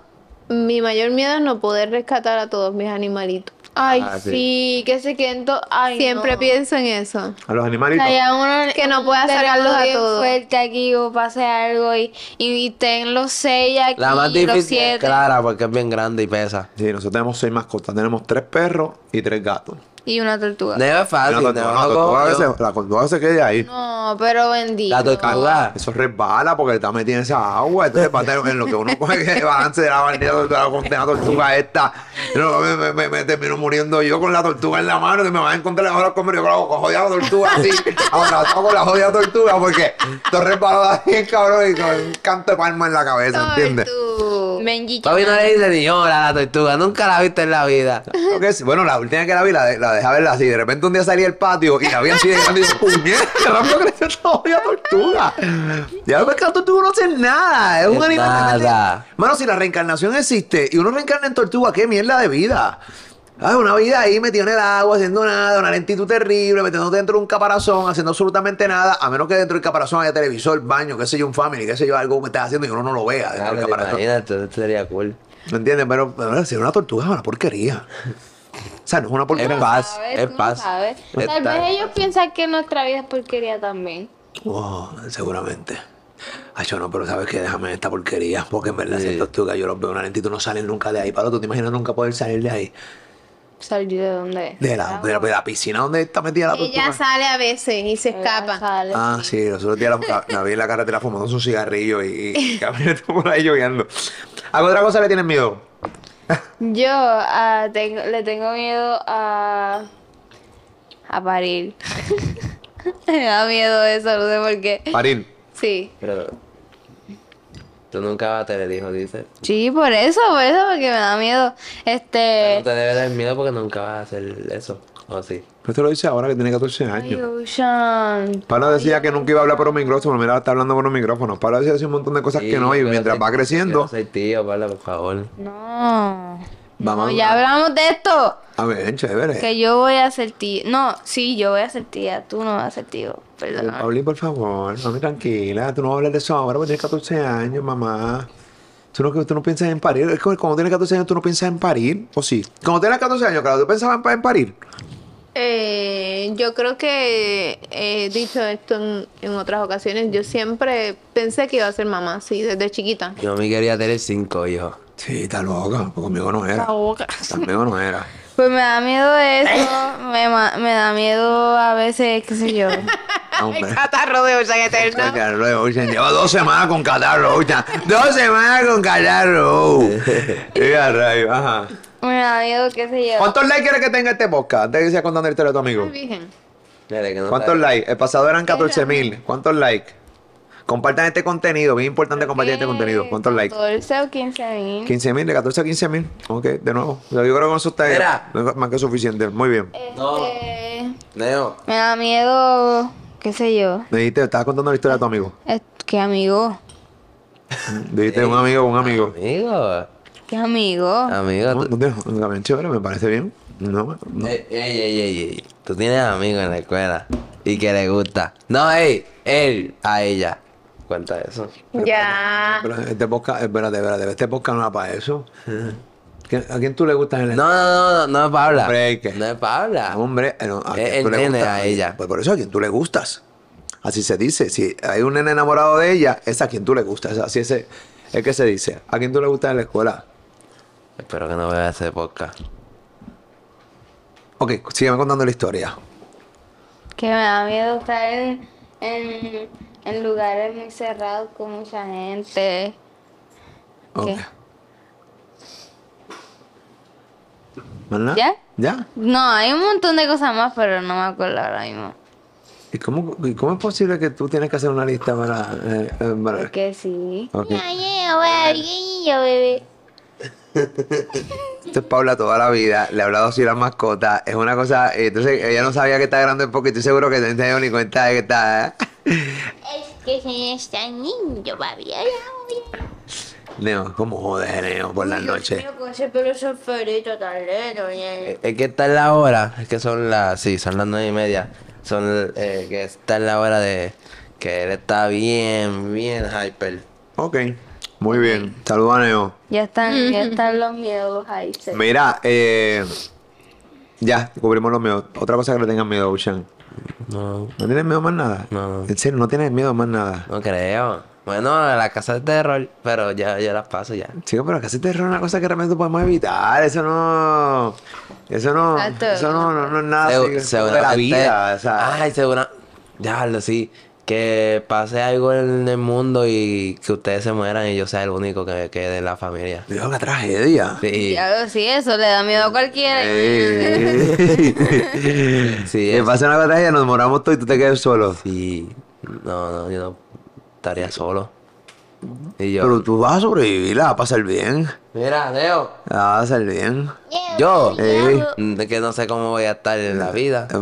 D: mi mayor miedo es no poder rescatar a todos mis animalitos.
A: Ay,
B: Ah, sí.
A: sí. que se queden todos. Ay,
D: Siempre
A: no.
D: pienso en eso.
C: A los animalitos.
A: Haya uno-
D: Que no
A: un
D: pueda sacarlos
A: terremoto
D: a
A: bien
D: todos.
A: fuerte aquí o pase algo y, y, y ten los seis aquí.
B: La más
A: los
B: difícil es
A: siete.
B: Clara porque es bien grande y pesa.
C: Sí, nosotros tenemos seis mascotas. Tenemos tres perros y tres gatos.
A: Y una tortuga.
B: No es
C: La
B: fácil, no,
C: tortuga- la
B: no,
C: tortuga a
B: cojo yo.
C: veces- la tortuga se queda ahí.
A: No, pero bendito.
B: La tortuga.
C: Eso resbala porque está metida en esa agua. Entonces, para tener- en lo que uno coge <laughs> el balance de la bandera tortuga con la tortuga esta, no, me, me, me- me termino muriendo yo con la tortuga en la mano. Y me vas a encontrar ahora comer yo con la jodida tortuga así. Abrazado con la jodida tortuga porque tú resbalas bien, cabrón, y con un canto de palma en la cabeza, ¿entiendes?
D: Tú.
A: Benji,
B: Todavía no le dice ni hola a la tortuga, nunca la viste en la vida.
C: <laughs> Creo que sí. Bueno, la última que la vi la, de- la dejé verla así. De repente un día salí al patio y la vi así de grande y dije, ¡puñeta! ¡Qué rápido creció esta jodida tortuga! Ya ves que la tortuga no hace nada. Es un
B: Es
C: animal. realmente-
B: nada.
C: Mano, si la reencarnación existe y uno reencarna en tortuga, ¿qué mierda de vida? Ah, una vida ahí metido en el agua, haciendo nada, una lentitud terrible, metiéndote dentro de un caparazón, haciendo absolutamente nada, a menos que dentro del caparazón haya televisor, baño, qué sé yo, un family, qué sé yo, algo que estás haciendo y uno no lo vea dentro del caparazón.
B: Imagínate, esto sería cool.
C: ¿Me entiendes? Pero, pero si era una tortuga es una porquería. O sea, no es una
B: Es
C: porquería.
B: paz,
A: ¿sabes?
B: es
A: Tú no
B: paz.
A: sabes. Tal
B: Está-
A: vez ellos piensan que nuestra vida es porquería también.
C: Oh, seguramente. Ay, yo no, pero sabes que déjame esta porquería. Porque en verdad,
B: Sí.
C: esas tortugas yo los veo una lentitud, no salen nunca de ahí. Palo, ¿tú te imaginas nunca poder salir de ahí?
A: Salir de dónde.
C: De la, de la, de la piscina donde está metida la tortuga.
D: Ella sale a veces y se escapa.
A: Sale.
C: Ah, sí, los otros días la, la vi en la carretera fumando un cigarrillo y,
A: <laughs>
C: y caminando por ahí lloviendo. ¿A qué otra cosa le tienes miedo?
A: Yo ah, tengo- le tengo miedo
D: <laughs>
A: a. a parir. <laughs> Me da miedo eso, no sé por qué.
C: Parir.
A: Sí.
B: Pero tú nunca vas a tener hijos, dice.
A: Sí, por eso, por eso, porque me da miedo.
B: No
A: Este.
B: te debe dar miedo porque nunca vas a hacer eso. O sí.
C: Pero te lo dice ahora que tiene 14
A: Ay,
C: años.
A: Ocean.
C: Pablo decía que nunca iba a hablar por un micrófono, mira, está hablando por un micrófono. Pablo decía así un montón de cosas
B: Sí,
C: que no, y
B: pero
C: mientras
B: soy-
C: va
B: yo
C: creciendo,
B: soy tío, Pablo, por favor.
A: No.
C: Vamos
A: No,
C: a-
A: ya hablamos de esto.
C: a ver, chévere.
A: Que yo voy a ser tía. No, sí, yo voy a ser tía. Tú no vas a ser tío.
C: Eh,
A: Perdón.
C: Paulín, por favor, mami, tranquila, tú no vas a hablar de eso ahora porque tienes 14 años, mamá. Tú no, tú no piensas en parir, es como cuando tienes 14 años tú no piensas en parir, ¿o sí? Cuando tienes 14 años, claro, tú pensabas en, pa- en parir.
D: Eh, yo creo que he dicho esto en, en otras ocasiones. Yo siempre pensé que iba a ser mamá, sí, desde chiquita.
B: Yo me quería tener cinco hijos.
C: Sí, está loca, pues conmigo no era. Conmigo no era.
A: Pues me da miedo eso. Me, ma- me da miedo a veces, qué sé yo.
C: Hombre.
D: Catarro de Ocean Eterno.
C: Catarro de Ocean. Lleva dos semanas con catarro, Ocean. Dos semanas con catarro. Mira, rayo, ajá.
A: Me da miedo, qué sé yo.
C: ¿Cuántos likes quieres que tenga este podcast? Antes que sigas contando la historia de tu amigo.
D: Virgen.
B: Mira, que no
C: ¿Cuántos
B: sabe.
C: likes? El pasado eran 14 mil. ¿Cuántos likes? Compartan este contenido. Bien importante compartir este contenido. ¿Cuántos likes?
A: 14 Eh, o 15 mil.
C: 15 mil, de 14 a 15 mil. Ok, de nuevo. Yo creo que con eso está
B: Mira.
C: más que suficiente. Muy bien.
B: No.
A: Este,
B: Neo.
A: me da miedo, qué sé yo.
C: Me dijiste, estabas contando la historia de tu amigo.
A: Es- ¿Qué amigo?
C: Dijiste un amigo, un amigo.
B: Amigo.
A: ¿Qué amigo?
B: Amigo.
C: No,
B: tú-
C: no te- está bien chévere, me parece bien. No, no.
B: Ey, ey, ey, ey, ey. Tú tienes amigos en la escuela y que le gusta. No, ey, él a ella. Cuenta eso.
D: Ya.
C: Pero este podcast, espérate, espérate, este podcast no era para eso. ¿Qui- ¿A quién tú le gustas en
B: No,
C: la
B: no, no, no, no es Paula.
C: Hombre, ¿y qué?
B: No es Paula.
C: Ah, Hombre, eh, no, a
B: Es
C: quien
B: el
C: tú le
B: nene
C: gustas.
B: a ella.
C: Pues por eso a quien tú le gustas. Así se dice. Si hay un nene enamorado de ella, es a quien tú le gustas. Así es, es que se dice. A quien tú le gustas en la escuela.
B: Espero que no vea ese podcast.
C: Ok, sígueme contando la historia.
A: Que me da miedo estar en, en, en lugares muy cerrados con mucha gente.
C: Ok.
A: ¿Qué?
C: ¿Más nada?
A: ¿Ya?
C: ¿Ya?
A: No, hay un montón de cosas más, pero no me acuerdo ahora mismo.
C: ¿Y cómo, y cómo es posible que tú tienes que hacer una lista para... eh, eh, para-
A: Porque sí.
C: Ok.
A: yo voy a yo, bebé.
C: Esto es Paula toda la vida, le he hablado así a la mascota, es una cosa, eh, entonces ella no sabía que está grande porque estoy seguro que no se dio ni cuenta de que ¿eh? está...
A: Es que se está niño, papi. Ay, ay,
C: Neo, ¿cómo jodes, Neo, por la noche?
A: con ese pelo soferito tan lento,
B: Eh, Es que está en la hora, es que son las, sí, son las nueve y media. Son, eh, que está en la hora de que él está bien, bien hyper.
C: Ok, muy bien, saludos a Neo.
A: Ya están, ya están los miedos ahí. se-
C: Mira, eh, Ya, cubrimos los miedos. Otra cosa que le tengan miedo, Ocean.
B: No,
C: ¿No tienes miedo a más nada?
B: No.
C: En serio, no tienes miedo a más nada.
B: no creo. Bueno, a la casa de terror, pero ya, ya las paso ya.
C: Chico, pero casi te es una cosa que realmente podemos evitar. Eso no. Eso no.
D: Exacto.
C: Eso no, no, no Ah, es nada
B: Segu-
C: así
B: seguramente-
C: de la vida. O sea,
B: Ay, segura. Diablo, sí. Que pase algo en el mundo y que ustedes se mueran y yo sea el único que me quede en la familia.
C: Dios, la tragedia.
B: Sí.
A: Diablo, sí, eso le da miedo a cualquiera.
B: Eh.
C: Ey.
B: Sí,
C: Que
B: es-
C: pasa una tragedia, nos moramos todos y tú te quedas solo.
B: sí. No, no, yo no estaría solo. Y yo.
C: Pero tú vas a sobrevivir, la vas a pasar bien.
B: Mira, Leo.
C: La vas a pasar bien.
B: Yo.
C: Ey.
B: De que no sé cómo voy a estar en la vida.
C: Eh,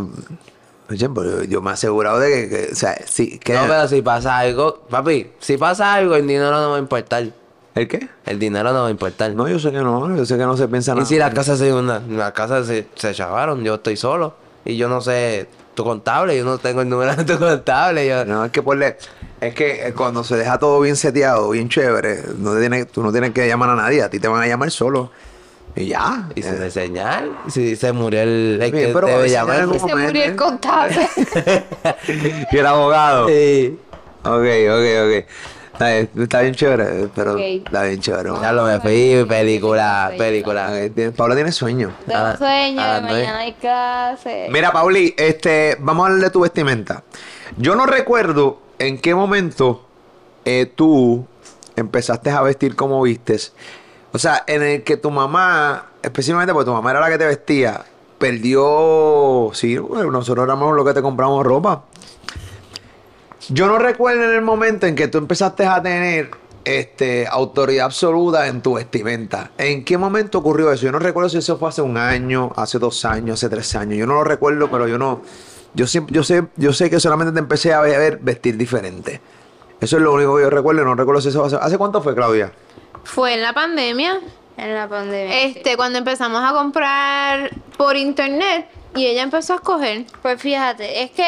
C: Oye, pero yo me he asegurado de que, que, o sea, sí, que...
B: No, pero si pasa algo, papi, si pasa algo, el dinero no va a importar.
C: ¿El qué?
B: El dinero no va a importar.
C: No, yo sé que no, yo sé que no se piensa
B: Y
C: nada.
B: si las casas se una, las casas se, se chavaron, yo estoy solo. Y yo no sé tu contable, yo no tengo el número de tu contable. Yo,
C: No, es que ponle... Es que eh, cuando se deja todo bien seteado, bien chévere, no te tienes, tú no tienes que llamar a nadie, a ti te van a llamar solo. Y ya.
B: Y
C: Eh,
B: sin señal, si se murió el, el
C: Bien,
B: que
C: pero a
B: debe
C: veces
B: llamar.
C: hay algún
A: Se murió el
B: <laughs>
A: contable.
C: y el abogado.
B: pues, Sí.
C: Ok, ok, ok. Está bien, está bien chévere, pero
D: Ok.
C: está bien chévere.
B: Ya lo me fui, película, película.
C: Ok, tiene- Paula tiene sueño.
B: A
A: Tengo
B: la-
A: sueño,
B: a las
A: de mañana
B: nueve.
A: hay clase.
C: Mira, Pauli, este, vamos a hablar de tu vestimenta. Yo no recuerdo en qué momento eh, tú empezaste a vestir como vistes. O sea, en el que tu mamá, específicamente porque tu mamá era la que te vestía, perdió. Sí, bueno, nosotros éramos los que te compramos ropa. Yo no recuerdo en el momento en que tú empezaste a tener este, autoridad absoluta en tu vestimenta. ¿En qué momento ocurrió eso? Yo no recuerdo si eso fue hace un año, hace dos años, hace tres años. Yo no lo recuerdo, pero yo no. Yo sé, yo sé, yo sé que solamente te empecé a ver, a ver vestir diferente. Eso es lo único que yo recuerdo. No recuerdo si eso fue hace. ¿Hace cuánto fue, Claudia?
D: Fue en la pandemia,
A: En la pandemia.
D: este, cuando empezamos a comprar por internet y ella empezó a escoger.
A: Pues fíjate, es que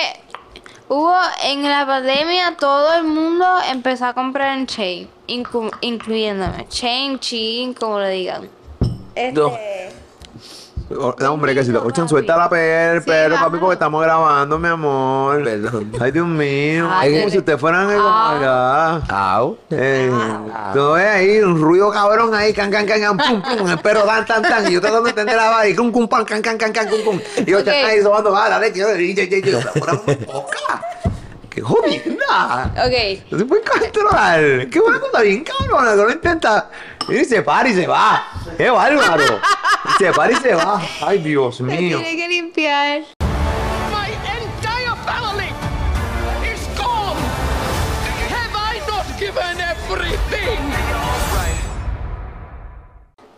A: hubo en la pandemia todo el mundo empezó a comprar en Chain, inclu- incluyéndome. Chain, Chin, como le digan.
B: No.
C: O- no, hombre, que si lo
A: Bendito,
C: escuchan,
A: papi.
C: suelta la per,
D: Sí,
C: pero papi,
D: bájalo.
C: porque estamos grabando, mi amor.
B: Perdón.
C: Ay, Dios mío.
A: Ay, Ah.
C: es como
A: Dios.
C: si ustedes fueran. eh, como acá.
B: Au.
C: Eh, tú ves ahí un ruido cabrón ahí, can, can, can, can, pum, pum, el perro tan, tan, tan, y yo tratando de entender la vaina, y cum, cum, pan, can, can, can, can, cum, cum, y yo
D: Ok.
C: te ahí sobando, va, dale, que yo, y yo, yo, yo, yo, una boca, qué jodida,
D: Ok.
C: no se puede controlar, qué buena cosa, bien cabrona, que no intenta, y se para y se va, qué bárbaro, se para y se va, ay, Dios mío.
D: Tiene que limpiar.
E: My entire family is gone. Have I not given everything?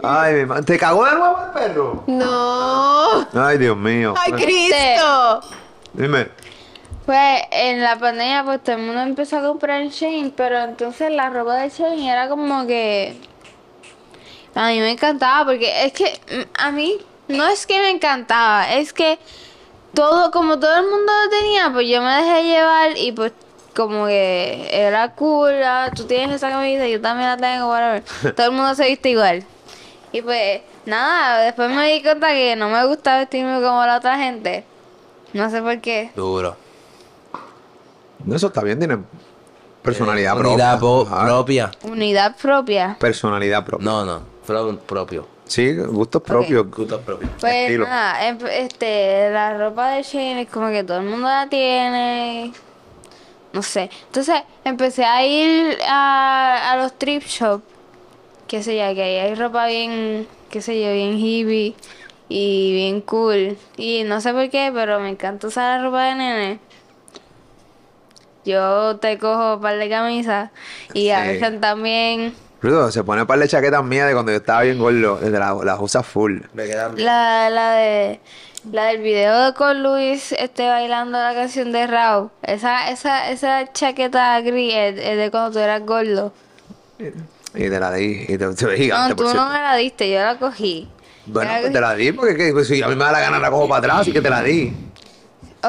C: Ay, mi madre, ¿te cagó de nuevo el perro?
D: No.
C: Ay, Dios mío.
D: ¡Ay,
C: Bueno,
D: Cristo!
C: Dime.
A: Pues en la pandemia pues todo el mundo empezó a comprar en Chain, pero entonces la ropa de Chain era como que a mí me encantaba porque es que mm, a mí no es que me encantaba, es que todo como todo el mundo lo tenía, pues yo me dejé llevar y pues como que era cool, ah, tú tienes esa camisa, yo también la tengo, whatever. Todo el mundo se viste igual. Y pues nada, después me di cuenta que no me gusta vestirme como la otra gente. No sé por qué.
B: Duro.
C: No, Eso está bien, tiene personalidad propia.
B: Eh,
C: Ah.
B: Unidad po-
C: Ajá.
B: propia.
A: Unidad propia.
C: Personalidad propia.
B: No, no. pro- propio.
C: Sí, gustos propios.
B: Gustos propios.
A: Pues
C: Estilo.
A: nada, em- este, la ropa de Shane es como que todo el mundo la tiene. No sé. Entonces empecé a ir a, a los trip shop. Qué sé yo, que ahí hay ropa bien, qué sé yo, bien hippie y bien cool. Y no sé por qué, pero me encanta usar la ropa de nene. Yo te cojo un par de camisas y a
C: Sí.
A: veces también
C: Rudo, se pone un par de chaquetas mías de cuando yo estaba bien gordo. de la- Las usa full.
B: Me quedan bien.
A: La, la de la del video con Luis este bailando la canción de Rao. Esa, esa, esa chaqueta gris es, es de cuando tú eras gordo.
C: Y te la di. Y te, te ve gigante,
A: No, tú
C: por
A: no
C: cierto.
A: me la diste, yo la cogí.
C: Bueno,
A: Yo la
C: pues te la di porque que, pues, si a mí me da la gana la cojo para atrás, así que te la di.
A: cogí.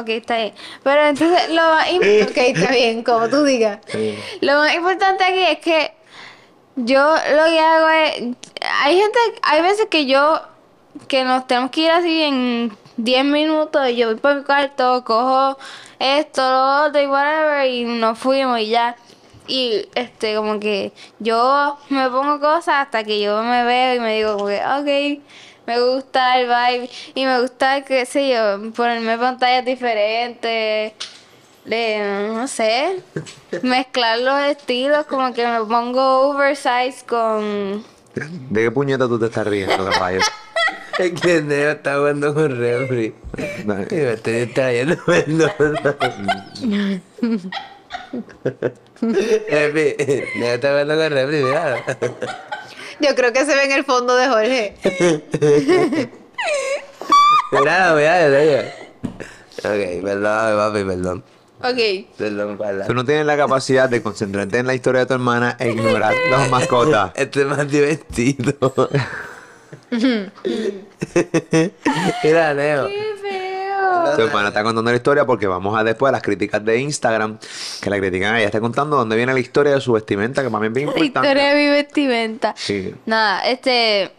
A: Ok, está bien. Pero entonces lo más, im-
D: Ok, está bien, como tú digas.
A: lo más importante aquí es que yo lo que hago es. Hay gente, hay veces que yo. que nos tenemos que ir así en 10 minutos y yo voy por mi cuarto, cojo esto, lo otro y whatever y nos fuimos y ya. Y este, como que yo me pongo cosas hasta que yo me veo y me digo, como que, ok, me gusta el vibe y me gusta, qué sé yo, ponerme pantallas diferentes, de, no sé, mezclar los estilos, como que me pongo oversize con.
C: ¿De qué puñeta tú te estás riendo, caballo?
B: El neo está jugando con refri. Y me estoy pues, trayendo <laughs> perdón. Epi, neo está jugando con refri, mira.
D: Yo creo que se ve en el fondo de Jorge.
B: Mira, mira, mira. Ok, perdón, papi, perdón.
D: Ok.
B: Perdón, para
C: Tú no tienes la capacidad de concentrarte en la historia de tu hermana e ignorar las mascotas.
B: Este es más divertido. Mira, Neo.
C: Tu hermana está contando la historia porque vamos a después a las críticas de Instagram que la critican. Ella está contando dónde viene la historia de su vestimenta, que para mí es bien importante.
A: Victoria de mi vestimenta.
C: Sí.
A: Nada, este.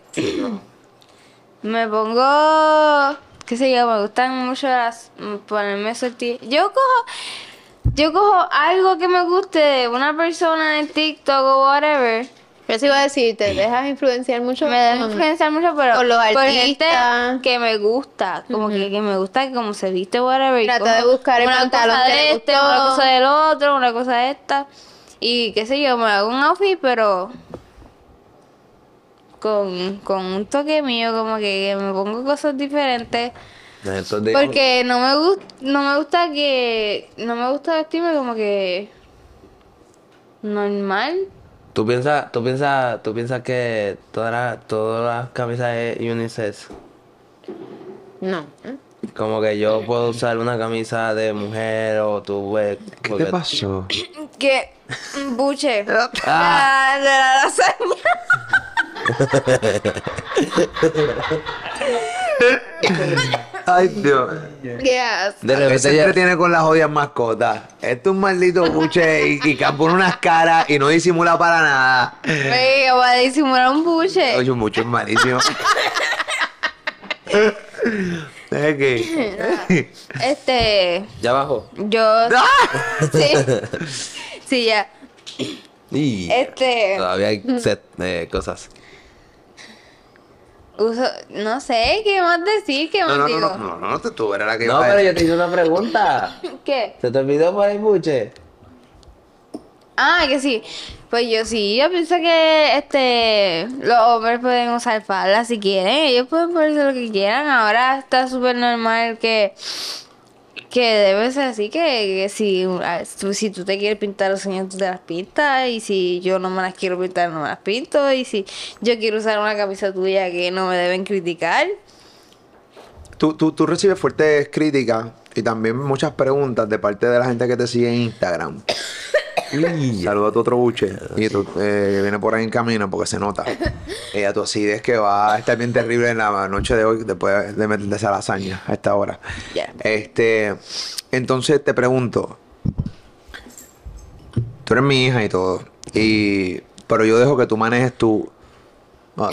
A: me pongo. ¿Qué sé yo? Me gustan mucho las. ponerme sortillas. Yo cojo. Yo cojo algo que me guste de una persona en TikTok o whatever.
D: Yo sí iba a decir, te dejas influenciar mucho.
A: Me deja
D: Ujú.
A: influenciar mucho, pero.
D: Por los
A: por gente
D: artistas.
A: que me gusta. Como que, que me gusta como se viste, whatever. y
D: Trata
A: cojo
D: de buscar el
A: una
D: pantalón
A: cosa
D: que
A: de
D: le
A: este,
D: gustó.
A: una cosa del otro, una cosa de esta. Y qué sé yo, me hago un outfit, pero. Con, con un toque mío, como que, que me pongo cosas diferentes.
B: Entonces,
A: Porque no me, gusta no me gusta que. No me gusta vestirme como que. Normal.
B: ¿Tú piensas, tú piensas, tú piensas que todas las todas las camisas es unisex?
D: No.
B: Como que yo puedo usar una camisa de mujer o tú ves.
C: ¿Qué
B: porque-
C: te pasó?
A: Que. mm,
C: <laughs>
A: Buche.
B: Ah.
A: De la lasaña.
C: Ay, Dios.
D: Yes.
B: De
C: Él
B: repente
C: se
B: ya-
C: entretiene con las odias mascotas. Esto es un maldito buche y, y que pone unas caras y no disimula para nada.
A: Oye, voy a disimular un buche.
C: Oye, un buche es malísimo. Es que-
A: Este.
B: ya abajo.
A: Yo. Sí.
C: <laughs>
A: Sí, ya.
B: Y
A: Este.
B: todavía hay set de cosas.
A: Uso. No sé, ¿qué más decir? ¿Qué
C: No,
A: más
C: no, no,
A: digo?
C: no, no, no, no, tú era la que
B: No,
C: iba a
B: pero
C: decir.
B: yo te hice una pregunta.
A: ¿Qué?
B: ¿Se te olvidó por ahí, Buche?
A: Ah, que sí. Pues yo sí, yo pienso que este los hombres pueden usar falda si quieren, ellos pueden ponerse lo que quieran. Ahora está súper normal que que debe ser así que, que si a- tú, si tú te quieres pintar los uñas tú te las pintas y si yo no me las quiero pintar no me las pinto y si yo quiero usar una camisa tuya que no me deben criticar.
C: Tú, tú, tú recibes fuertes críticas y también muchas preguntas de parte de la gente que te sigue en <coughs> Instagram. Saluda a tu otro buche. Y tú, eh, que viene por ahí en camino porque se <laughs> nota. Ella, tu acidez que va a estar bien terrible en la noche de hoy después de meterte esa lasaña a esta hora.
A: Ya.
C: Este, entonces te pregunto. Tú eres mi hija y todo. Y, pero yo dejo que tú manejes tu... Ah,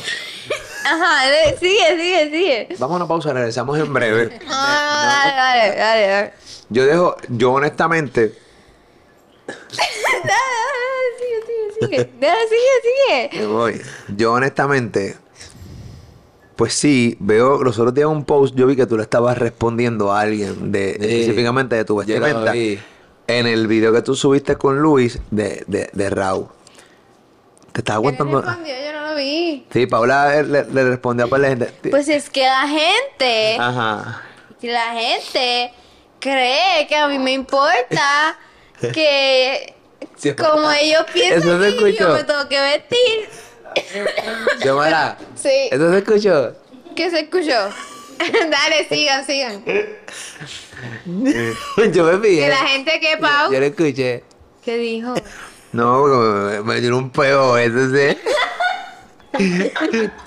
A: Ajá, de- sigue, sigue, sigue.
C: Vamos a una pausa, regresamos en <laughs> breve.
A: Ah, dale, dale, dale, dale.
C: Yo dejo, yo honestamente,
A: Dale, dale, dale, sigue, sigue, sigue. Dale, sigue, sigue.
C: me voy. Yo honestamente, pues sí, veo, los otros días en un post yo vi que tú le estabas respondiendo a alguien de, específicamente de tu
B: yo lo
C: vestimenta.
B: vi.
C: En el video que tú subiste con Luis de, de, de Raúl. Te estaba contando.
D: Yo no lo vi.
C: Sí, Paula le, le respondió a par de gente. Sí.
A: Pues es que la gente,
C: Ajá.
A: la gente cree que a mí me importa que
B: Sí,
A: como ellos
B: Eso
A: piensan
B: se
A: que yo
B: escuchó.
A: me tengo que vestir,
B: Xiomara,
D: Sí.
B: ¿eso se escuchó? <laughs>
D: ¿Qué se escuchó? <laughs> Dale, sigan, sigan.
B: Yo me
D: Que
B: fijé.
D: la gente que
B: Yo
D: Pau.
B: lo escuché.
A: ¿qué dijo?
C: No, porque me, me tiró un peo, eso sí.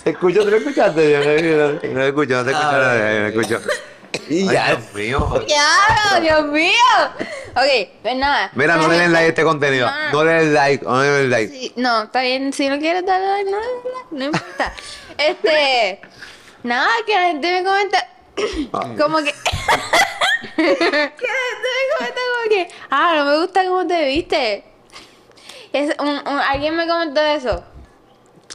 C: ¿Te escucho? ¿Tú lo escuchaste? Yo no, no, no escucho, no te escucho, no, no escucho.
B: Y
C: Ay,
B: ya.
C: Dios mío.
A: ¡Claro, Dios mío! Ok, pues nada.
C: Mira, no le den like a este contenido. No le den like, no le den like.
A: Sí, no, está bien, si no quieres
B: <laughs>
A: darle like, no, no, no importa. Este, nada, que la gente me comenta,
B: Ah.
A: Como que. <laughs> ¿Qué? Tú me comentas como que. Ah, no me gusta cómo te viste. Es un, un- alguien me comentó eso.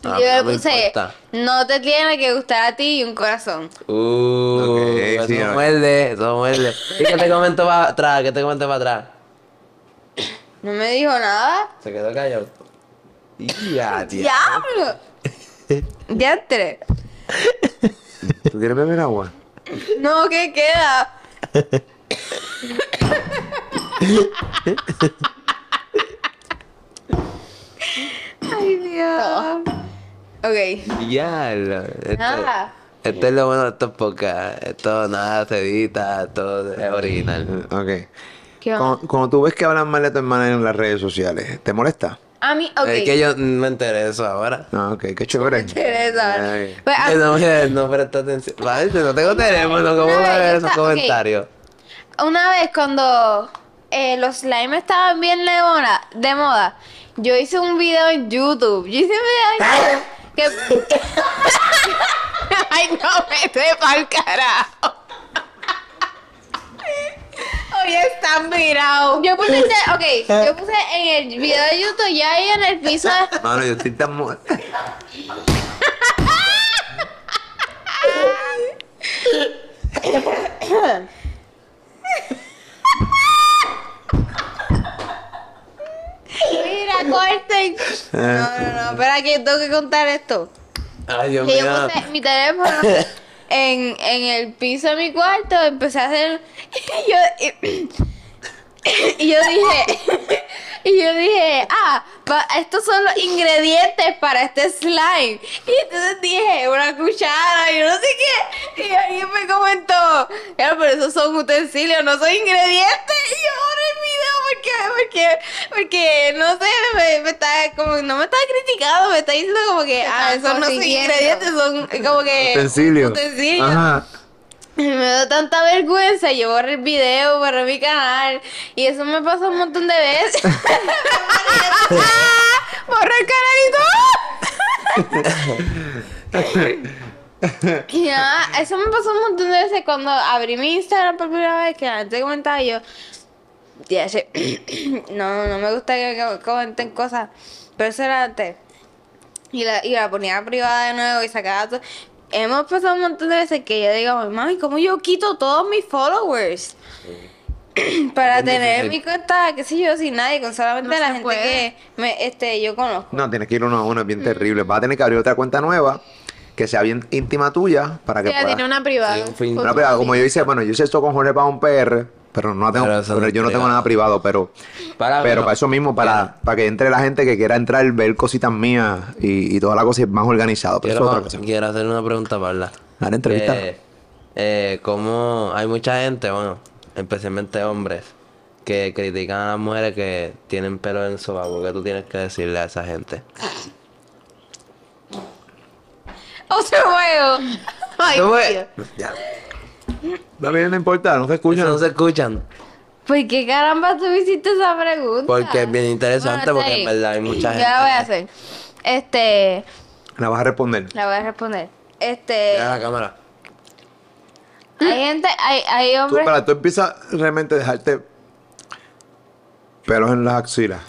A: Y
B: Ah,
A: yo
B: no
A: le
B: me
A: puse,
B: importa.
A: no te tiene que gustar a ti y un corazón.
B: Uh,
C: Ok,
B: eso
C: sí, ok.
B: muerde, eso muerde. ¿Y qué te comento para atrás? ¿Qué te comento para atrás?
A: No me dijo nada.
B: Se quedó callado. Ya, tía. <laughs>
A: ¡Diablo! ya tres.
C: ¿Tú quieres beber agua?
A: No, ¿qué queda? Ay, Dios. Ok.
B: Diablo. Esto,
A: Nada.
B: esto e-, este es lo bueno de estas pocas. Esto nada se edita, todo es original.
C: Eh, Ok.
A: ¿Qué va?
C: Cuando, cuando tú ves que hablan mal de tu hermana en las redes sociales, ¿te molesta?
A: A mí, ok.
B: Es que yo no me enteré de eso ahora.
C: Ah, ok, qué chévere.
A: Teresa.
C: Ay.
A: Pues, a-
B: Yo no, me- no presta atención. Vale, yo no tengo teléfono, ¿cómo
A: Una
B: voy a
A: vez
B: ver
A: yo
B: esos
A: estaba- ok.
B: comentarios?
A: Una vez cuando eh, los slime estaban bien de moda, de moda, yo hice un video en YouTube. Yo hice un video en YouTube que... <laughs> Ay, no, me estoy pa'l carajo. Hoy están mirados. Yo puse, este, ok, yo puse en el video de YouTube ya ahí en el piso
C: Mano, yo estoy tan... mo-
A: Mira, corten. No, no, no, pero aquí tengo que contar esto.
B: Ay, Dios
A: Que
B: mío.
A: yo puse mi
B: <laughs>
A: teléfono en, en el piso de mi cuarto, empecé a hacer. <laughs> Y yo, y, <coughs> y yo dije. <laughs> Y yo dije, ah, pa- estos son los ingredientes para este slime. Y entonces dije, una cuchara y no sé qué. Y alguien me comentó, claro, pero esos son utensilios, no son ingredientes. Y yo ahora el video porque, porque, porque no sé, me, me está como, no me está criticando, me está diciendo como que, ah,
D: están
A: esos no son
D: consiguiendo.
A: ingredientes, son como que
C: Utensilio.
A: utensilios.
C: Ajá.
A: Y <laughs> Me da tanta vergüenza, yo borré el video, borré mi canal y eso me pasó un montón de veces. <laughs> borré el canal y todo. Y nada, eso me pasó un montón de veces cuando abrí mi Instagram por primera vez que la gente comentaba y yo, "Ya sé, no, no me gusta que que comenten cosas, pero eso era antes. Y la, y la ponía privada de nuevo y sacaba todo. Hemos pasado un montón de veces que yo digo, mami, ¿cómo yo quito todos mis followers? <clears throat> Para
B: Es
A: tener
B: difícil.
A: mi cuenta, qué sé yo, sin nadie, con solamente
D: No
A: la
D: se
A: gente
D: puede.
A: que me, este, yo conozco.
C: No, tienes que ir uno a uno, es bien terrible. Vas a tener que abrir otra cuenta nueva que sea bien íntima tuya para que
D: Ella
C: puedas...
D: tiene una privada.
B: Sí, un fin.
C: Una privada, como yo hice, bueno, yo hice esto con Jorge para un PR, pero no la tengo,
B: Pero eso no
C: pero
B: es
C: yo no tengo
B: privado.
C: nada privado, pero
B: Para, no.
C: pero para eso mismo, para, para que entre la gente que quiera entrar, ver cositas mías y, y toda la cosa y es más organizado. Pero eso es
B: Quiero,
C: otra cosa.
B: quiero hacer una pregunta, Paula.
C: Dale, entrevista.
B: Eh, eh, ¿Cómo hay mucha gente, bueno, especialmente hombres, que critican a las mujeres que tienen pelo en el sobaco? ¿Qué tú tienes que decirle a esa gente?
A: Otro juego.
D: Ay,
B: No,
D: Dios.
B: eh,
C: También no importa, no se escucha.
B: Eso no se escuchan.
A: ¿Por qué caramba tú me hiciste esa pregunta?
B: Porque es bien interesante,
A: Bueno,
B: porque
A: sí.
B: en verdad hay mucha
A: Yo la voy a
B: gente.
A: hacer. Este,
C: La vas a responder.
A: la voy a responder. Este,
B: Mira la cámara.
A: hay gente, hay, hay
C: Tú,
A: hombres.
C: para tú empiezas realmente a dejarte pelos en las axilas.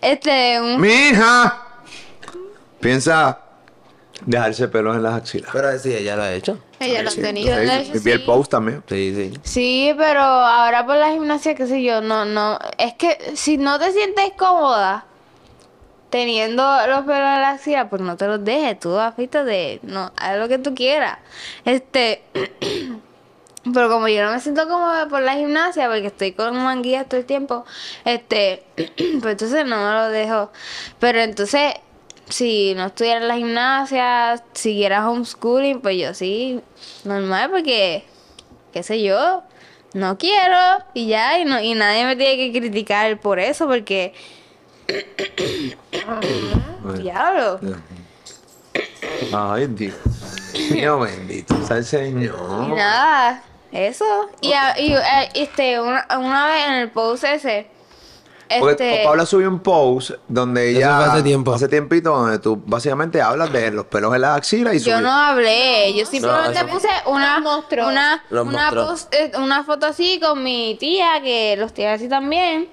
A: Este, un-
C: ¡Mi hija! Piensa dejarse pelos en las axilas.
B: Pero sí, ella lo ha hecho.
D: Ella lo ha
C: Sí,
D: tenido.
A: Yo
C: sí,
A: lo he hecho,
C: y vi el
A: sí.
C: post también.
B: Sí, sí.
A: Sí, pero ahora por la gimnasia, qué sé yo, no, no. Es que si no te sientes cómoda teniendo los pelos en la axila, pues no te los dejes, tú afítate, no, haz lo que tú quieras. Este, <clears throat> pero como yo no me siento cómoda por la gimnasia, porque estoy con manguillas todo el tiempo, este, <clears throat> pues entonces no me lo dejo. Pero entonces, si no estuviera en la gimnasia, siguiera homeschooling, pues yo sí, normal, porque qué sé yo, no quiero y ya, y, no, y nadie me tiene que criticar por eso, porque... Diablo.
C: Ay, Dios mío bendito. sea el
A: Y
C: Señor.
A: nada, eso. Y, a- y, eh, este, una, una vez en el post ese,
C: Porque
A: Este-
C: Paula subió un post donde
B: Eso
C: ella.
B: fue hace tiempo.
C: Hace tiempito, donde tú básicamente hablas de los pelos en la axila y
A: Yo
C: subió.
A: no hablé, yo simplemente
B: No, eso-
A: puse una,
D: mostró.
A: una,
B: Los
A: una,
B: mostró.
A: pos- eh, una foto así con mi tía, que los tía así también.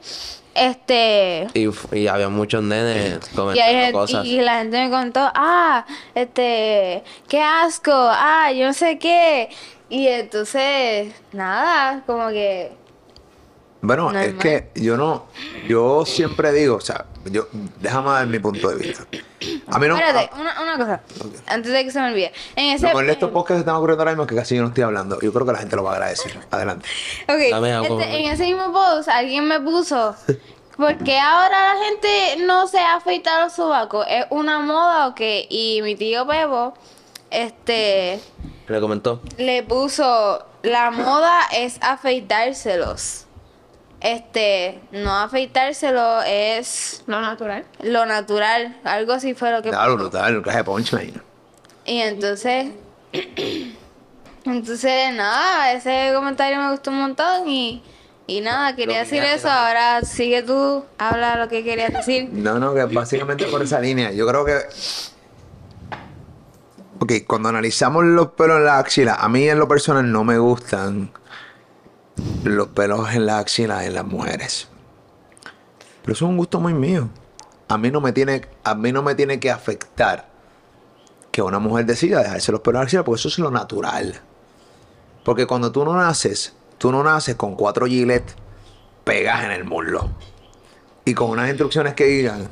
A: Este.
B: Y, f- y había muchos nenes
A: Y, hay
B: comentando
A: gen-
B: cosas.
A: y la gente me contó, ah, este, qué asco, ah, yo no sé qué. Y entonces, nada, como que.
C: Bueno,
A: No hay
C: es
A: más.
C: que yo no, yo siempre digo, o sea, yo, déjame dar mi punto de vista. A mí no,
A: Espérate,
B: ah.
C: a-
A: una, una cosa, antes de que se me olvide. En ese.
C: lo mejor de estos
A: en-
C: podcasts que están ocurriendo ahora mismo es que casi yo no estoy hablando. Yo creo que la gente lo va a agradecer. Adelante.
A: Ok,
B: Dame agua,
A: este,
B: mami.
A: en ese mismo post alguien me puso, <laughs> ¿por qué ahora la gente no se afeita los sobacos? ¿Es una moda o qué? Y mi tío Bebo, este,
B: Le comentó.
A: le puso, la moda es afeitárselos. Este, no afeitárselo es
D: Lo natural.
A: lo natural, algo así fue lo que
C: Claro,
A: puso.
C: brutal, un caja de punchline.
A: Y entonces, <clears throat> entonces nada, ese comentario me gustó un montón y, y nada, quería decir eso, ahora sigue tú, habla lo que querías decir.
C: No, no, que básicamente por esa línea. Yo creo que. Ok, cuando analizamos los pelos en la axila, a mí en lo personal no me gustan los pelos en la axila en las mujeres. Pero eso es un gusto muy mío. A mí no me tiene, a mí no me tiene que afectar que una mujer decida dejarse los pelos en la axila, porque eso es lo natural. Porque cuando tú no naces, tú no naces con cuatro gilets pegas en el muslo y con unas instrucciones que digan.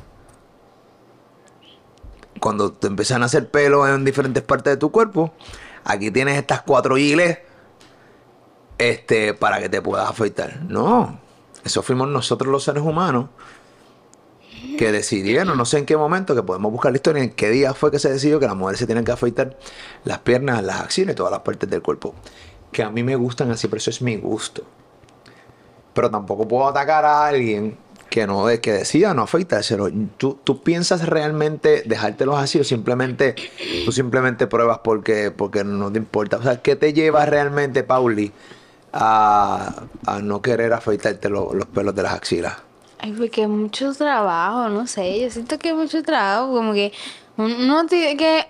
C: Cuando te empiezan a hacer pelo en diferentes partes de tu cuerpo, aquí tienes estas cuatro hiles este, para que te puedas afeitar. No, eso fuimos nosotros los seres humanos que decidieron, no sé en qué momento, que podemos buscar la historia, en qué día fue que se decidió que las mujeres se tienen que afeitar las piernas, las axilas, todas las partes del cuerpo. Que a mí me gustan así, pero eso es mi gusto pero tampoco puedo atacar a alguien que no de- que decida no afeitárselo. ¿Tú, tú piensas realmente dejártelos así o simplemente tú simplemente pruebas porque, porque no te importa? O sea, ¿qué te lleva realmente, Pauli, a, a no querer afeitarte lo- los pelos de las axilas?
A: Ay, porque es mucho trabajo, no sé, yo siento que es mucho trabajo, como que uno tiene que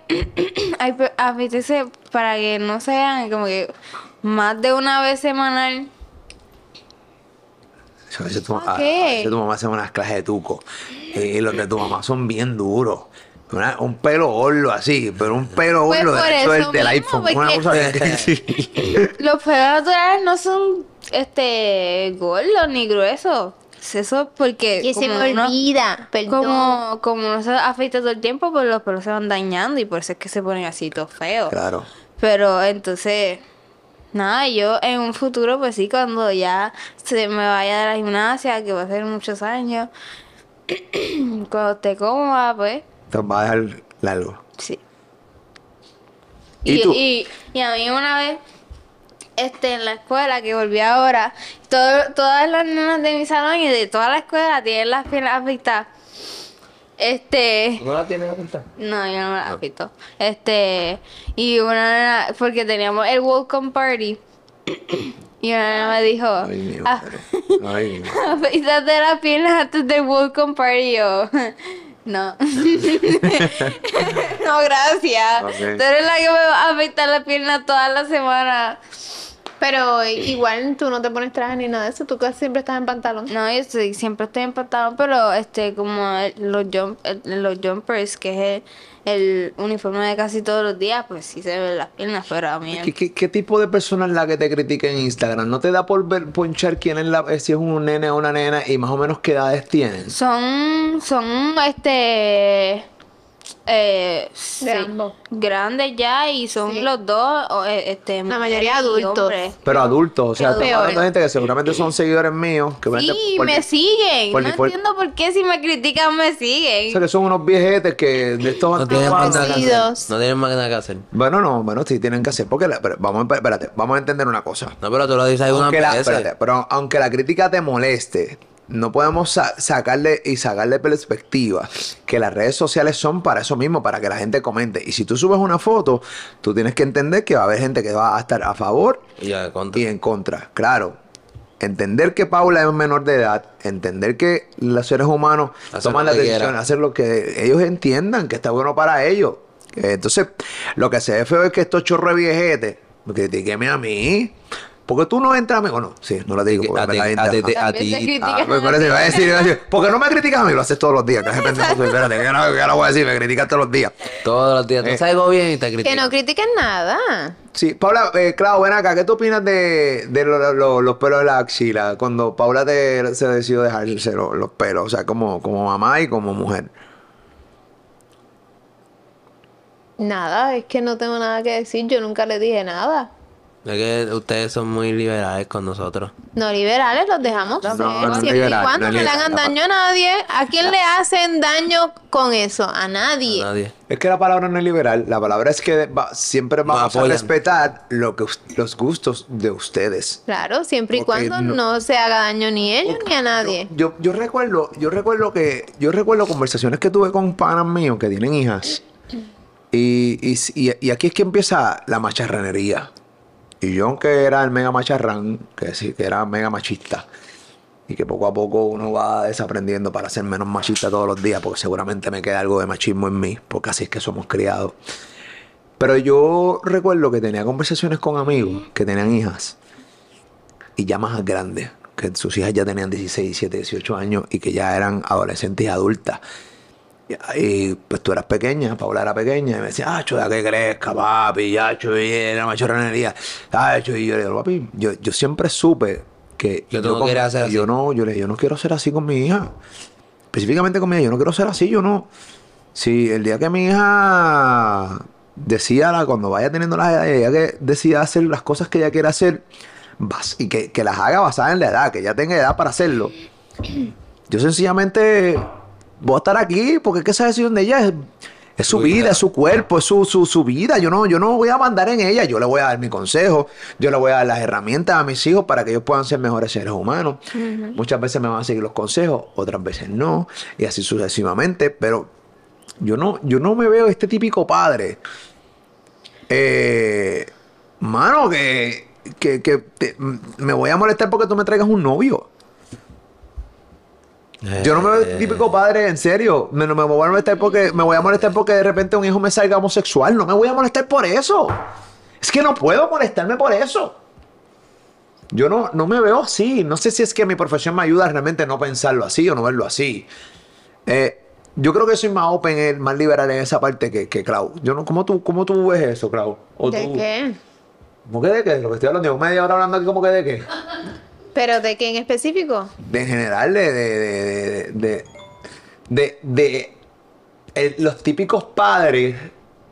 A: <clears throat> ay, pe- afeitarse para que no sean como que más de una vez semanal.
C: O sea, A veces, tu, a-
A: Ok.
C: a veces tu mamá hace unas clases de tuco. Y los de tu mamá son bien duros. Una- un pelo gordo así, pero un pelo
A: Pues
C: gordo
A: por
C: derecho del,
A: eso
C: del
A: mismo,
C: iPhone. Una
A: porque- <laughs>
C: cosa que- <laughs>
A: Los pelos naturales no son este gordos ni gruesos. Eso es porque
D: Y se
A: como
D: me
A: uno-
D: olvida. Perdón.
A: Como, como no se afeita todo el tiempo, pues los pelos se van dañando y por eso es que se ponen así todos feos.
C: Claro.
A: Pero entonces, nada, yo en un futuro, pues sí, cuando ya se me vaya de la gimnasia, que va a ser muchos años, <clears throat> cuando esté cómoda, pues
C: Te va a dejar largo.
A: sí.
C: ¿Y
A: Y,
C: tú?
A: y, y a mí una vez, este, en la escuela, que volví ahora, todo- todas las nenas de mi salón y de toda la escuela tienen las piernas afectadas. Este...
B: ¿No la tienes cuenta?
A: No, yo no me la
C: Ah.
A: afectó. Este, y una nena, porque teníamos el welcome party, y una nena me dijo,
C: Ay, mi
A: "Ah, <laughs>
C: madre. Ay, mi madre.
A: afeítate las piernas antes del welcome party, y yo, <laughs> no. <laughs> no, gracias.
C: Ok.
A: Tú eres la que me va a afeitar las piernas toda la semana.
D: Pero igual tú no te pones traje ni nada de eso. Tú casi siempre estás en pantalón.
A: No, yo estoy, siempre estoy en pantalón, pero este, como el- los, jump, el- los jumpers, que es el, el uniforme de casi todos los días, pues sí se ven las piernas, pero a mí...
C: ¿Qué, qué, qué tipo de persona es la que te critica en Instagram? ¿No te da por ver, ponchar quién es la, eh, si es un nene o una nena y más o menos qué edades tienen?
A: Son, son, este, eh, sí,
D: ambos.
A: grandes ya y son los dos, o, eh, este,
D: La mayoría
A: mujeres y
D: adultos.
A: hombres.
C: Pero adultos, o sea, estamos
D: peores.
C: hablando de gente que seguramente son seguidores míos. Que venden
A: Sí,
C: por-
A: me siguen.
C: por-
A: no
C: por-
A: entiendo por qué si me critican me
C: O sea,
A: siguen.
C: que son unos viejetes que de estos
B: No tienen más nada que
D: Conocidos.
B: hacer. No tienen más nada que hacer.
C: Bueno, no, bueno, sí tienen que hacer. Porque la- pero vamos, a- espérate, vamos a entender una cosa.
B: No, pero tú lo dices alguna
C: aunque la,
B: vez.
C: espérate, pero aunque la crítica te moleste, no podemos sa- sacarle y sacarle perspectiva que las redes sociales son para eso mismo, para que la gente comente. Y si tú subes una foto, tú tienes que entender que va a haber gente que va a estar a favor
B: Y ya, contra.
C: y en contra. Claro, entender que Paula es menor de edad, entender que los seres humanos
B: Hacer
C: toman
B: lo
C: la
B: que
C: decisión,
B: quieran.
C: hacer lo que ellos entiendan que está bueno para ellos. Eh, Entonces, lo que se ve feo es que estos chorros viejetes me critiquenme a mí. Porque tú no entras a mí. Bueno, sí, no la digo.
B: ti-
C: porque
B: a
C: me
B: ti-
C: la
B: a
C: entra-
B: ti- te- a
A: También se
B: ti-
A: critica.
C: Ah, pues, por eso iba a decir, iba a decir, porque no me criticas a mí, lo haces todos los días. que de repente, pues, espérate, ¿qué ahora- qué ahora voy a decir? Me criticas todos los días.
B: Todos los días. Tú
C: Eh.
B: salgo bien y te critico.
D: Que no critiquen nada.
C: Sí, Paula, eh, Clau, ven acá, ¿qué tú opinas de, de lo- lo- los pelos de la axila? Cuando Paula te- se decidió dejarse lo- los pelos, o sea, como, como mamá y como mujer.
D: Nada, es que no tengo nada que decir. Yo nunca les dije nada.
B: Es que ustedes son muy liberales con nosotros.
D: No liberales, los dejamos
C: No,
D: ser.
C: no, no
D: siempre
C: liberal,
D: y cuando
C: no
D: no, le
C: liberal,
D: hagan
C: no.
D: daño a nadie, ¿a quién le hacen daño con eso? A nadie.
B: Nadie.
C: Es que la palabra no es liberal, la palabra es que va- siempre vamos a
B: apoyan.
C: respetar lo que, us- los gustos de ustedes.
D: Claro, siempre y
C: Ok,
D: cuando
C: no.
D: no. se haga daño ni a ellos ni a nadie.
C: Yo, yo recuerdo, yo recuerdo que, yo recuerdo conversaciones que tuve con panas míos que tienen hijas. Y, y, y- y aquí es que empieza la macharranería. Y yo, que era el mega macharrán, que sí, que era mega machista. Y que poco a poco uno va desaprendiendo para ser menos machista todos los días, porque seguramente me queda algo de machismo en mí, porque así es que somos criados. Pero yo recuerdo que tenía conversaciones con amigos que tenían hijas y ya más grandes, que sus hijas ya tenían 16, 17, 18 años y que ya eran adolescentes y adultas. Y, y, pues tú eras pequeña, Paula era pequeña, y me decía, ah, chuda, que crezca, papi, ya, chu, y era machorranería. Ah, chu", y yo le digo, papi, yo, yo siempre supe que
B: Que tú no
C: con-
B: quieres hacer
C: yo
B: así.
C: no, yo le digo, yo no quiero ser así con mi hija. Específicamente con mi hija, yo no quiero ser así, yo no. Si el día que mi hija decida, la- cuando vaya teniendo la edad, el día que decida hacer las cosas que ella quiere hacer, bas- y que, que las haga basadas en la edad, que ella tenga edad para hacerlo. Yo sencillamente voy a estar aquí porque es que esa decisión de ella es, es su
B: Uy,
C: vida,
B: claro.
C: es su cuerpo, es su, su, su vida. Yo no, yo no voy a mandar en ella, yo le voy a dar mi consejo, yo le voy a dar las herramientas a mis hijos para que ellos puedan ser mejores seres humanos. Muchas veces me van a seguir los consejos, otras veces no, y así sucesivamente, pero yo no, yo no me veo este típico padre. Eh, mano, que, que, que te- m- me voy a molestar porque tú me traigas un novio. Yo no me veo el típico padre, en serio. Me, no me voy a molestar porque me voy a molestar porque de repente un hijo me salga homosexual. No me voy a molestar por eso. Es que no puedo molestarme por eso. Yo no, no me veo así. No sé si es que mi profesión me ayuda a realmente no pensarlo así o no verlo así. Eh, yo creo que soy más open, eh, más liberal en esa parte que, que Clau. Yo no, ¿cómo, tú, ¿Cómo tú ves eso, Clau? ¿O
D: ¿De
C: tú-
D: qué?
C: ¿Cómo que de qué? Lo que estoy hablando, llevo media hora hablando aquí, ¿cómo que de qué?
D: ¿Pero de qué en específico?
C: de en general de de de de, de, de- de- el- los típicos padres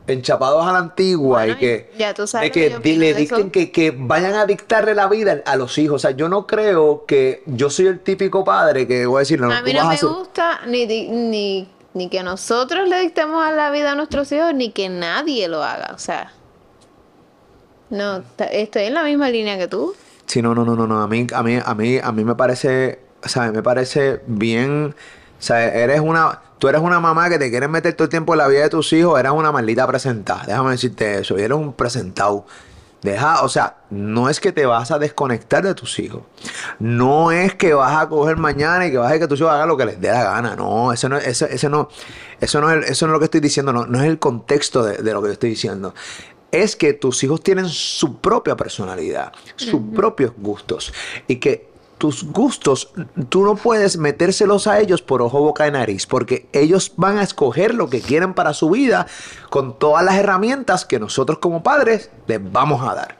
C: enchapados a la antigua
D: Bueno,
C: y que
D: ya tú sabes
C: de que
D: lo que yo
C: di-
D: opino
C: le
D: de eso.
C: dicten que, que vayan a dictarle la vida a los hijos o sea yo no creo que yo soy el típico padre que voy a decir no,
D: a
C: tú
D: mí
C: vas
D: no
C: a
D: me
C: hacer-
D: gusta ni, di- ni, ni que nosotros le dictemos a la vida a nuestros hijos, ni que nadie lo haga. O sea, no, ta- estoy en la misma línea que tú.
C: Sí, no, no, no, no, no. A mí, a mí, a mí, a mí me parece, ¿sabes? Me parece bien, ¿sabes? Eres una, tú eres una mamá que te quieres meter todo el tiempo en la vida de tus hijos, eres una maldita presentada. Déjame decirte eso, y eres un presentado. Deja, o sea, no es que te vas a desconectar de tus hijos. No es que vas a coger mañana y que vas a hacer que tus hijos hagan lo que les dé la gana. No, eso no, eso, eso no, eso no es, el- eso no es lo que estoy diciendo, no, no es el contexto de, de lo que yo estoy diciendo es que tus hijos tienen su propia personalidad, sus propios gustos y que tus gustos tú no puedes metérselos a ellos por ojo, boca y nariz, porque ellos van a escoger lo que quieren para su vida con todas las herramientas que nosotros como padres les vamos a dar.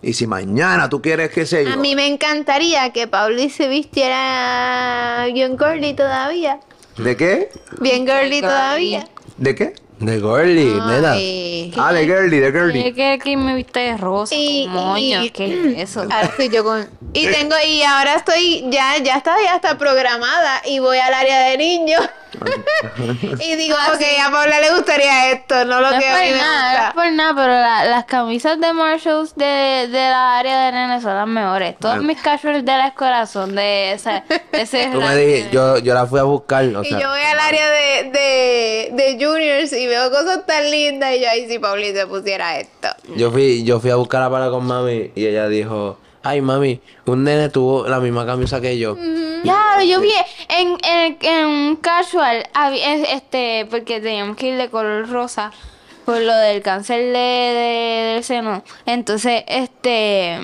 C: Y si mañana tú quieres que se yo,
D: A mí me encantaría que Pauli se vistiera bien girly todavía.
C: ¿de qué?
D: Bien girly todavía.
C: ¿De qué?
B: De girly, nena.
D: Ay.
C: Ah, de girly, de
A: Yo
C: girly.
A: que, que me viste de rosa,
D: Y-
A: moño,
D: y-
A: ¿qué es
D: <clears throat>
A: eso?
D: Ahora estoy yo con. Y
C: Eh.
D: tengo, y ahora estoy, ya, ya está, ya está programada. Y voy al área de niños. y digo, ok, a Paula le gustaría esto, Ah, no lo
A: No es
D: que
A: por
D: a mí me
A: nada, no es
D: gusta.
A: por nada, pero la- las camisas de Marshalls de, de la área de nene son las mejores. Todos
C: Bueno.
A: mis casuals de la escuela son de,
C: <laughs>
A: esa, de ese
B: Tú me
A: rango.
B: dije, yo, yo la fui a buscar, o
D: Y
B: sea,
D: yo voy al área de, de, de juniors y veo cosas tan lindas. Y yo, ay, si Pauli se pusiera esto.
B: yo fui, yo fui a buscar a Paula con mami y ella dijo, ay mami, un nene tuvo la misma camisa que yo.
A: Claro, yo vi en, en, en un casual, había- es- este, porque teníamos que ir de color rosa por lo del cáncer de, de- del seno. Entonces, este,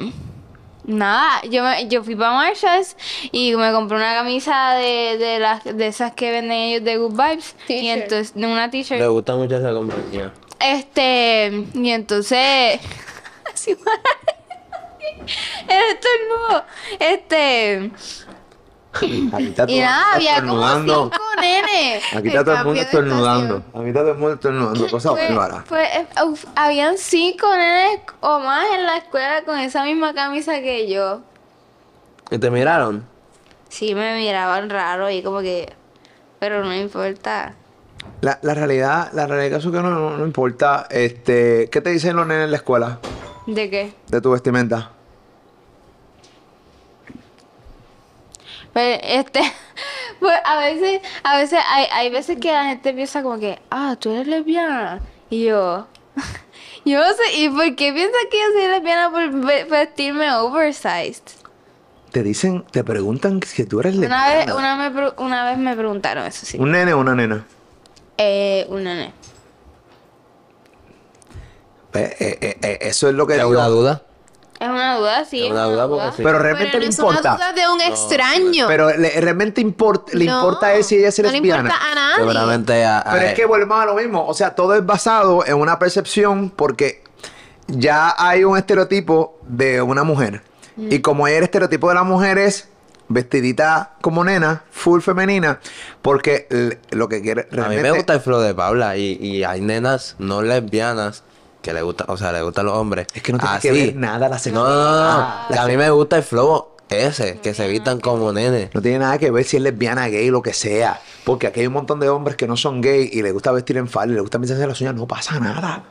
A: nada, yo, me- yo fui para Marshalls y me compré una camisa de, de, las, de esas que venden ellos de Good Vibes. Y
D: T-shirt.
A: entonces, de una t-shirt.
B: Le gusta mucho esa compañía.
A: Este, y entonces. <laughs> Así mal. <laughs> Esto es nuevo. Este.
C: Aquí está
A: Y
C: todo-
A: nada, había como
C: estornudando.
A: cinco nenes.
C: Aquí está todo el mundo
D: El cambio de
C: estornudando. Aquí está todo el mundo estornudando. Cosa
A: Pues,
C: bárbara.
A: pues, eh, uf, habían cinco nenes o más en la escuela con esa misma camisa que yo.
B: ¿Y te miraron?
A: Sí, me miraban raro y como que. Pero no importa.
C: La, la realidad, la realidad es que no, no, no importa. Este, ¿Qué te dicen los nenes en la escuela
A: ¿De qué?
C: de tu vestimenta?
A: Pero, este, <laughs> pues a veces, a veces hay, hay veces que la gente piensa como que, ah, tú eres lesbiana. Y yo, <laughs> yo no sé, ¿y por qué piensa que yo soy lesbiana por ve- vestirme oversized?
C: Te dicen, te preguntan si tú eres
A: Una vez,
C: lesbiana.
A: una, me pre- una vez me preguntaron eso, sí.
C: ¿Un nene o una nena?
A: Eh, un nene.
C: Eh, eh, eh, eh, eso es lo que
B: ¿Es
C: digo.
B: una duda?
A: Es una duda, sí.
B: Es una duda porque sí.
C: Pero
D: Pero
C: realmente
D: no
C: le
D: es una
C: importa.
D: duda de un extraño.
C: Pero le- realmente import- le
D: No,
C: importa es si ella es
D: no le
C: lesbiana.
D: importa a nadie.
B: Seguramente a, a-
C: Pero es que volvemos a lo mismo. O sea, todo es basado en una percepción porque ya hay un estereotipo de una mujer. Y como el estereotipo de la mujer es vestidita como nena, full femenina, porque l- lo que quiere
B: a mí
C: realmente...
B: me gusta el flow de Paula y, y hay nenas no lesbianas que le gusta, o sea, le gustan los hombres.
C: Es que no tiene que
B: Así.
C: ver nada Ah, la
B: No, no,
C: sexualidad.
B: no, no. Que a mí me gusta el flow ese, que se evitan como nenes.
C: No tiene nada que ver si es lesbiana, gay, lo que sea. Porque aquí hay un montón de hombres que no son gay y les gusta vestir en falda y les gusta pintarse las uñas. No pasa nada.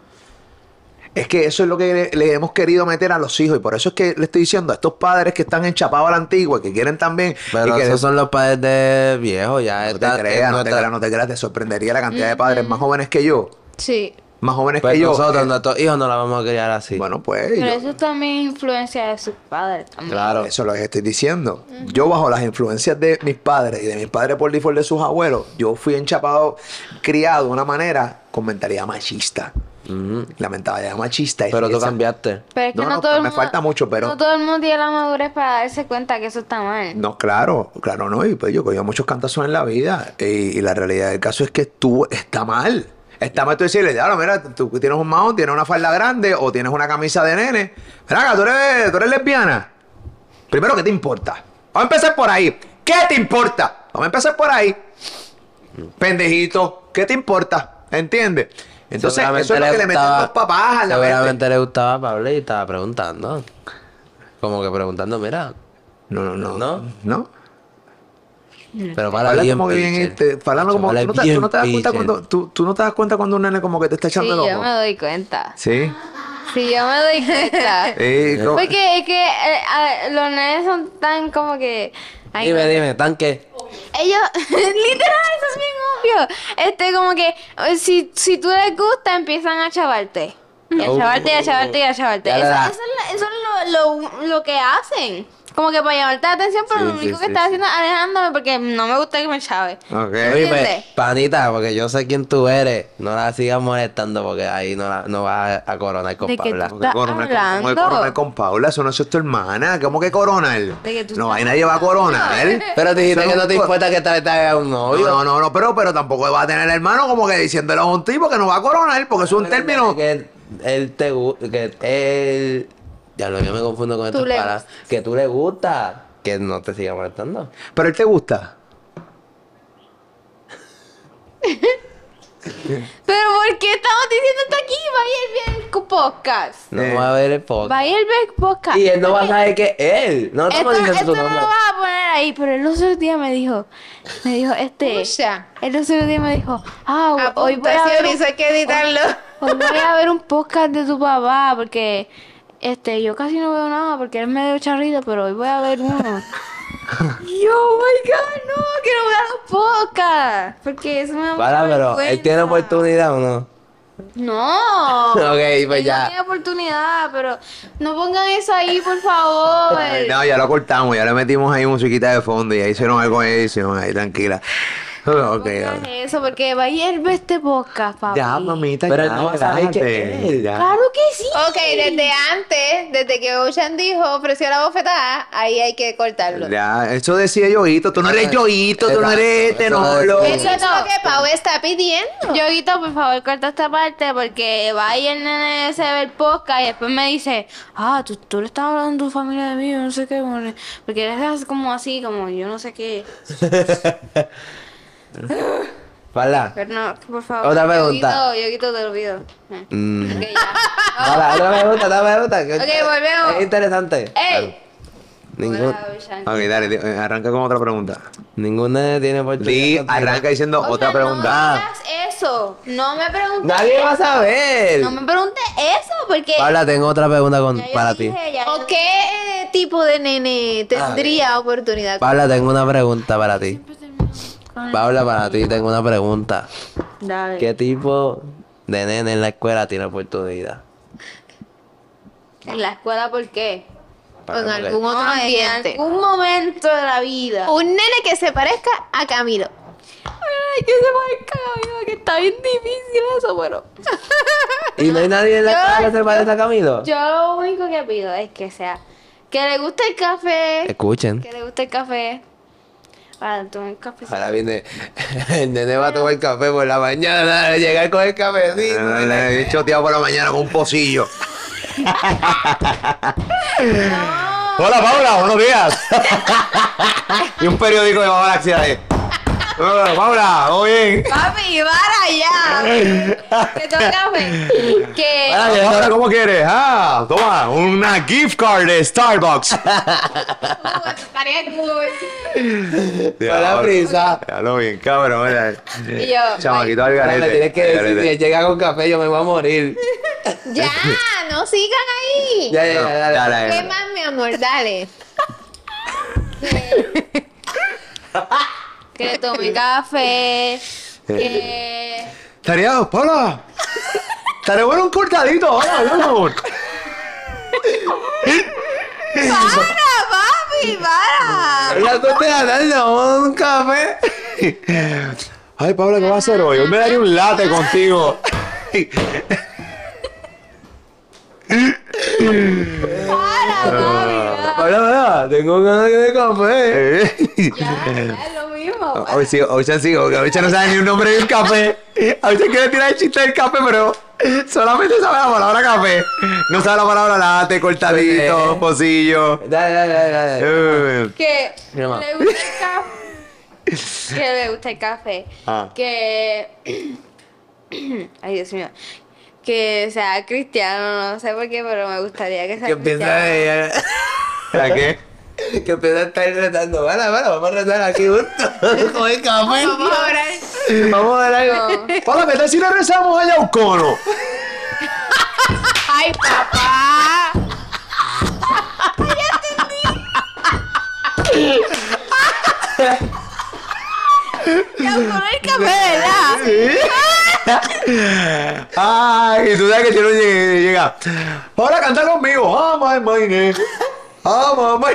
C: Es que eso es lo que le, le hemos querido meter a los hijos. Y por eso es que le estoy diciendo a estos padres que están enchapados a la antigua, que quieren también.
B: Pero
C: y que
B: esos son los padres de viejos, ya
C: no te
B: está-
C: creas,
B: es
C: no te
B: nuestra-
C: creas, no te creas. Te sorprendería la cantidad de padres más jóvenes que yo.
D: Sí.
C: Más jóvenes
B: Pues
C: que yo.
B: nosotros,
C: eh,
B: nuestros hijos no la vamos a criar así.
C: Bueno, pues.
A: Pero
C: yo-
A: eso también es influencia de sus padres también.
B: claro.
C: Eso lo que estoy diciendo. Yo bajo las influencias de mis padres y de mis padres por default de sus abuelos, yo fui enchapado, criado de una manera con mentalidad machista. La mentalidad machista es
B: Pero tú
C: esa.
B: cambiaste.
A: Pero es que
C: No,
A: no,
C: no,
A: todo el
C: me
A: mundo-
C: falta mucho, pero-
A: No todo el mundo tiene la madurez para darse cuenta que eso está mal.
C: No, claro, claro no. Y pues yo cogí muchos cantazos en la vida. Y, y la realidad del caso es que tú está mal. Está mal tú decirle, claro, mira, tú tienes un mahón, tienes una falda grande o tienes una camisa de nene. Mira acá, tú eres, tú eres lesbiana. Primero, ¿qué te importa? Vamos a empezar por ahí. ¿Qué te importa? Vamos a empezar por ahí. Pendejito, ¿qué te importa? ¿Entiendes? Entonces,
B: Seguramente
C: eso es lo que le meten
B: gustaba-
C: los papás a la mente.
B: Seguramente le gustaba a Pablo y estaba preguntando. Como que preguntando, mira.
C: No, no, no.
B: ¿No?
C: ¿No?
B: Pero para
C: Habla
B: bien
C: como que bien,
B: pitcher.
C: este, hablando como,
B: Habla
C: tú no, te,
B: bien
C: tú no te das cuenta
B: pitcher.
C: cuando, tú, tú no te das cuenta cuando un nene como que te está
A: Sí,
C: echando el
A: yo
C: ojo.
A: me doy cuenta.
C: Sí.
A: Sí, yo me doy
C: <laughs>
A: cuenta.
C: Eh, como-
A: Porque es que eh, a- los nenes son tan como que. ay,
B: Dime, dime, tanque.
A: ellos, <laughs> literal, eso es bien obvio. Este, como que eh, si, si tú les gusta, empiezan a chavarte. Y a
B: Oh.
A: chavarte, y a chavarte, y a chavarte.
B: Ya
A: Eso,
B: le da.
A: eso es, la- eso es lo, lo, lo que hacen. Como que para llamarte la atención, pero
B: Sí,
A: lo
B: sí,
A: único
B: sí,
A: que está
B: sí.
A: haciendo es alejándome porque no me gusta que me chave.
B: Oye,
C: Ok.
B: pues,
A: ¿Entiendes?
B: panita, porque yo sé quién tú eres. No la sigas molestando porque ahí no, la- no vas a, a coronar con
A: ¿De qué
B: Paula.
A: tú
C: Porque coronar con- como que coronar con Paula, eso no es tu hermana. ¿Cómo que coronar?
A: que tú
C: No,
A: estás
C: ahí nadie va a coronar.
B: Pero te dijiste
C: Son
B: que
C: un
B: no te
C: cor-
B: importa que esta vez te haga un
C: No,
B: novio.
C: no, no, no, pero, pero tampoco va a tener hermano como que diciéndole a un tipo que no va a coronar porque es un término.
B: Que él te gu- que él. Ya lo yo me confundo con estas
D: le
B: palabras. Que tú le gustas. Que no te siga molestando.
C: Pero él te gusta.
A: Pero ¿por qué estamos diciendo esto aquí? Vaya el bien podcast.
B: No
C: Eh.
B: va a ver el podcast.
A: Vaya el bien podcast.
B: Y él no va a saber que es él. No
A: Esto,
B: estamos diciendo
A: esto
B: su
A: no
B: nombre.
A: lo vas a poner ahí, pero el otro día me dijo, me dijo, este,
D: Pucha.
A: el otro día me dijo, ah,
D: Apunta,
A: hoy voy a
D: si
A: ver un,
D: ahorita hay que editarlo.
A: <laughs> hoy voy a ver un podcast de tu papá, porque, este, yo casi no veo nada, porque él me dio charrito, pero hoy voy a ver
B: <laughs>
A: uno. Y Yo, oh my god, no, quiero ver los podcasts, porque eso me da mucha
B: Para, pero él tiene
A: vergüenza.
B: oportunidad o no. <laughs>
A: No.
B: Ok, pues ya.
A: Tengo mi oportunidad, pero no pongan eso ahí, por
B: <laughs>
A: favor.
C: Ay, no, ya lo cortamos, ya le metimos ahí musiquita de fondo y ahí hicieron algo de edición, ahí tranquila.
A: No
C: Ok,
A: pongan eso, porque va a hierve este podcast, papi.
C: ya, mamita,
B: Pero
C: ya,
B: no vas a ver qué es, eh, ya.
A: Claro que sí.
D: Ok, desde antes, desde que Ocean dijo, ofreció la bofetada, ahí hay que cortarlo.
C: Ya, eso decía Yoito, tú no eres Yoito, tú no eres este, no,
B: Exacto.
C: lo.
D: Eso es lo que Pau está pidiendo.
A: Yoguito, por favor, corta esta parte porque va y el nene se ve el podcast y después me dice, ah, tú, tú le estás hablando a tu familia de mí, yo no sé qué, more". porque eres como así, como yo no sé qué.
B: Pala.
A: Pero no, que por favor.
B: Otra pregunta.
A: Yoguito, Yoguito, te olvido.
B: Mm.
A: Ok, ya.
B: Pala, otra pregunta, otra pregunta. que-
A: Ok, volvemos.
B: Es interesante.
A: ¡Ey!
B: Ningún-
A: Hola, Ocean.
C: Ok, dale, di- eh, arranca con otra pregunta.
B: Ningún nene tiene
C: Di,
B: oportunidad.
C: arranca diciendo
A: Ocean,
C: otra
A: No
C: pregunta. Ah.
A: hagas eso. No me preguntes.
B: Ah, Nadie va a saber.
A: No me preguntes eso porque.
B: Paula, tengo otra pregunta con-
A: ya yo
B: para ti.
A: dije, ya yo
D: ¿O qué eh, tipo de nene
B: Ah,
D: tendría oportunidad?
B: Paula, tengo una pregunta para ti. Paula, para ti tengo una pregunta.
A: Dale.
B: ¿Qué tipo de nene en la escuela tiene oportunidad?
A: ¿En la escuela por qué?
D: O
B: Para
D: en
B: que-
D: algún otro
A: No,
D: ambiente.
A: En algún momento de la vida.
D: Un nene que se parezca a Camilo.
A: Ay, que se parezca a Camilo, que está bien difícil eso, pero.
B: ¿Y no hay nadie en la
A: Yo-
B: escuela que se parezca a Camilo?
A: Yo lo único que pido es que sea. Que le guste el café.
B: Escuchen.
A: Que le guste el café. Para tomar un café.
B: Ahora viene, <laughs> el nene va a tomar café por la mañana, llegar con el
C: Eh,
B: cafecito.
C: <laughs> Le he choteado por la mañana con un <laughs> pocillo. Hola Paula, buenos días. <laughs> y un periódico de Galaxia ahí. Hola, Paula, ¿todo bien?
A: Papi,
B: <laughs>
A: para allá. que tome café. Que.
C: Hola, Paula, ¿cómo quieres? Ah, toma, una gift card
B: <laughs>
C: de Starbucks.
D: Uh, eso estaría cool.
B: Para la prisa.
C: Ya lo bien, cabrón. mira.
A: Y yo,
C: Chamaquito al
B: Ahora
C: garete.
B: Me tienes que
C: al
B: decir,
C: garete.
B: si llega con café yo me voy a morir.
D: Ya, no sigan ahí.
B: Ya, ya,
C: No,
B: ya, dale.
C: dale,
D: ¿Qué
C: dale.
D: más, mi amor? Dale.
A: Que le tome café. Que.
C: Estaría, Paula. Estaría bueno un cortadito. Hola, hola, mi amor.
D: papi, para!
B: Las dos de la tarde, vamos a un café.
C: <laughs> Ay, Paula, ¿qué vas a hacer hoy? Hoy me daría un late contigo. <laughs>
B: Hola, hola, tengo ganas de café.
A: Es lo mismo.
C: Eh. <laughs> Hoy sí, hoy sí, sí, hoy sí no sabe ni un nombre de un café. Hoy se quiere tirar el chiste del café, pero solamente sabe la palabra café. No sabe la palabra late, cortadito,
B: Ok.
C: pocillo.
B: Dale, dale, dale, dale.
C: Eh,
A: que
B: Mi mamá.
A: le gusta el café. que le gusta el café.
C: Ah.
A: Que. Ay, Dios mío. Que sea cristiano, no sé por qué, pero me gustaría que sea
B: Que
A: cristiano.
B: empieza,
C: ¿Para qué?
B: <laughs> que empieza a estar retando. Bueno, bueno, vamos a retar aquí
A: <laughs>
B: juntos <laughs> con el café.
D: Vamos a orar.
B: Vamos a ver algo.
C: Paula, ¿qué tal si le rezamos a Yaucono?
D: ¡Ay, papá! ¡Ya entendí! ¡Ya con el café, ¿verdad?
C: Ay, tú sabes que yo no llegué, llega. Paula, canta conmigo. Ah, my, my, name. Ah, my, my.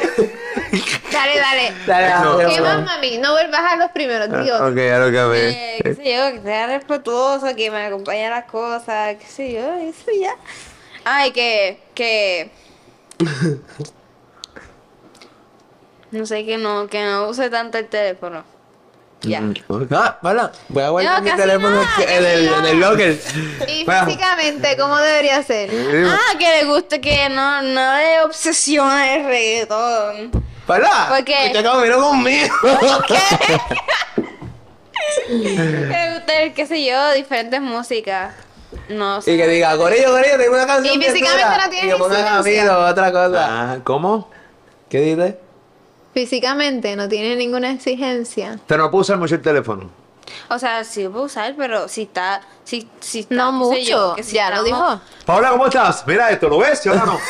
D: Dale, dale.
B: Dale,
C: No.
B: vamos,
D: ¿Qué más,
B: vamos.
D: mami? No vuelvas a los primeros, Dios.
C: Ok, ya lo acabé.
A: Que, qué sé yo, que sea respetuoso, que me acompañe a las cosas, qué sé yo, eso ya. Ay, que. que no sé, que no, que no use tanto el teléfono. Ya.
B: Ah, hola. Voy a guardar
A: No,
B: mi
A: casi
B: teléfono
A: nada,
B: en, el,
A: casi
B: en el locker.
D: Y
C: Bueno.
D: físicamente, ¿cómo debería ser?
A: Ah, que le guste que no, no le obsesione el reggaetón.
B: Hola.
A: ¿Por qué?
B: Te comiendo conmigo.
A: Que le guste, qué sé yo, diferentes músicas. No sé.
B: Y que diga, Gorillo, Gorillo, tengo una canción.
D: Y
B: bien
D: físicamente
B: dura".
D: no
B: Y
D: tiene
B: que pongan a mí
D: influencia.
B: o otra cosa.
C: Ah, ¿Cómo?
B: ¿Qué dices?
D: Físicamente, no tiene ninguna exigencia.
C: Te no puedo usar mucho el teléfono.
A: O sea, sí lo puedo usar, pero si está. Si, si está,
D: No
A: qué sé yo,
D: mucho,
A: que si
D: ya lo
A: estamos-
D: dijo.
C: Paula, ¿cómo estás? Mira esto, ¿lo ves? ¿Sí o no?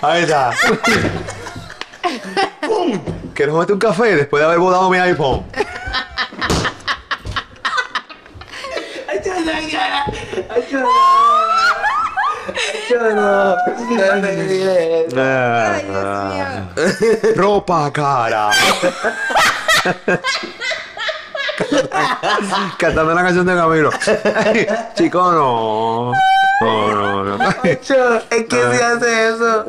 C: Ahí está. ¡Pum! ¡Boom! Que nos mete un café después de haber volado mi iPhone. Ah. Ropa cara. Cantando la canción de Camilo. Chico, no. No, no, no.
B: Es que si
C: Ah.
B: hace eso.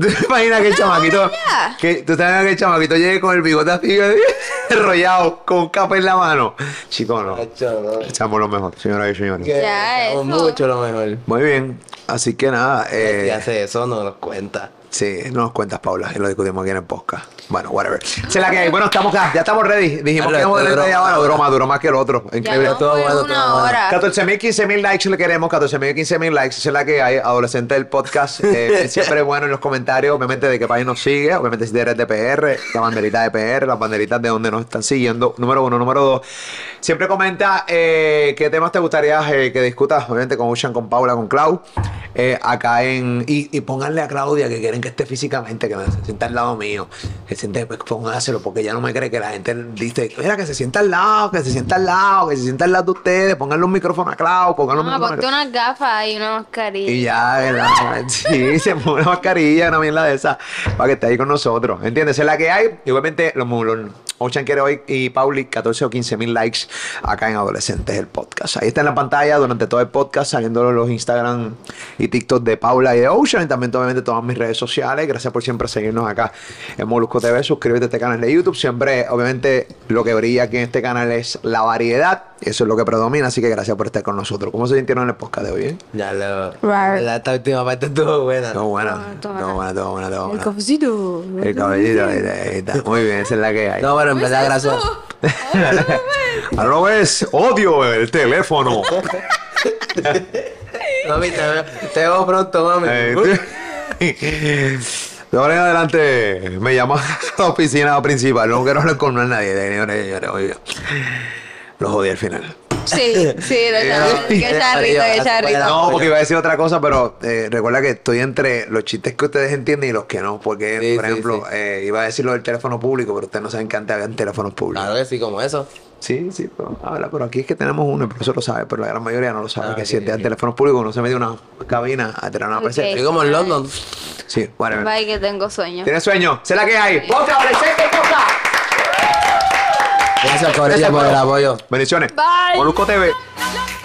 C: ¿Tú te imaginas que el chamaquito,
A: ya.
C: que, tú te imaginas que el chamaquito llegue con el bigote así <laughs> enrollado, con un café en la mano? Chico, no.
B: Hacho, no.
C: Echamos lo mejor, señoras y señores.
B: Que
A: Ya,
B: estamos
A: eso.
B: mucho lo mejor.
C: Muy bien, así que nada,
B: Si
C: eh,
B: hace eso, no nos cuenta.
C: sí, no nos cuentas Paula, y lo discutimos aquí en el podcast. Bueno, whatever. Se la que hay. Bueno, estamos ya, ya estamos ready. Dijimos que
B: Hazlo,
C: íbamos de
B: esto
C: ready
B: duró-
C: ahora, duró más, duró más que el otro.
A: Ya
C: Increíble.
A: no
B: todo
A: fue
B: bueno,
A: una
B: todo bueno.
A: hora.
C: 14.000, 15.000 likes le queremos, 14.000, 15.000 likes, esa es la que hay, adolescente del podcast,
B: <laughs>
C: eh, siempre bueno en los comentarios, obviamente de qué país nos sigue, obviamente si eres de PR, la banderita de PR, las banderitas de donde nos están siguiendo, número uno, número dos, siempre comenta eh, qué temas te gustaría eh, que discutas, obviamente con Ocean, con Paula, con Clau, eh, acá en, y, y pónganle a Claudia que quieren que esté físicamente, que se sienta al lado mío, que siente, pues póngaselo, porque ya no me cree que la gente dice, mira que se sienta al lado, que se sienta al lado, que se sienta al lado de ustedes, pónganle un micrófono a Clau, pónganle un
A: Vamos a
C: micrófono a
A: ponerte Ah, unas gafas y una mascarilla.
C: y ya, ¿verdad? <laughs> Sí, se pone una mascarilla, una mierda de esa, para que esté ahí con nosotros. ¿Entiendes? Esa es la que hay. Igualmente, los, los Ocean quiere hoy y Pauli 14 o 15 mil likes acá en Adolescentes el podcast. Ahí está en la pantalla durante todo el podcast, saliendo los Instagram y TikTok de Paula y de Ocean. Y también, obviamente, todas mis redes sociales. Gracias por siempre seguirnos acá en Molusco TV. Suscríbete a este canal de YouTube. Siempre, obviamente, lo que brilla aquí en este canal es la variedad. Eso es lo que predomina. Así que gracias por estar con nosotros. ¿Cómo se sintieron en el podcast de hoy? eh?
B: Ya lo.
A: Right.
B: La, esta última parte estuvo buena.
C: Todo buena,
A: Ah,
C: todo
A: todo
C: buena, todo buena, todo buena.
A: cafecito.
C: El cabellito, ahí está, ahí está. Muy bien, esa es la que hay.
B: No, bueno, en
D: Pues
B: verdad, gracias.
C: Ahora lo ves, odio
B: <laughs>
C: el teléfono.
B: Mami, te, veo- te veo pronto, mami.
C: Eh, De ahora en adelante me llama a la oficina principal. No quiero hablar con más nadie. señores, señores, oiga. Los odio al final.
D: Sí, sí, lo sabemos. Qué charrito, qué charrito.
C: No, porque iba a decir otra cosa, pero eh, recuerda que estoy entre los chistes que ustedes entienden y los que no. Porque,
B: Sí,
C: por
B: sí,
C: ejemplo,
B: sí.
C: eh, iba a decir lo del teléfono público, pero ustedes no saben que antes habían teléfonos públicos.
B: Claro que sí, como eso.
C: Sí, sí, pero, ahora, pero aquí es que tenemos uno, el profesor lo sabe, pero la gran mayoría no lo sabe.
B: Ah,
C: que
B: ok,
C: si el
B: ok.
C: teléfono público uno se mete en una cabina a tener una
A: Ok.
B: Yo
C: presente.
B: como en London.
C: Sí, whatever.
A: Bye, que tengo sueño.
C: Tiene sueño, se la que hay. ¡Ponte adolescente, ponta!
B: Gracias, Corella, por el apoyo.
C: Bendiciones.
A: Bye.
C: Molusco TV.
E: Let's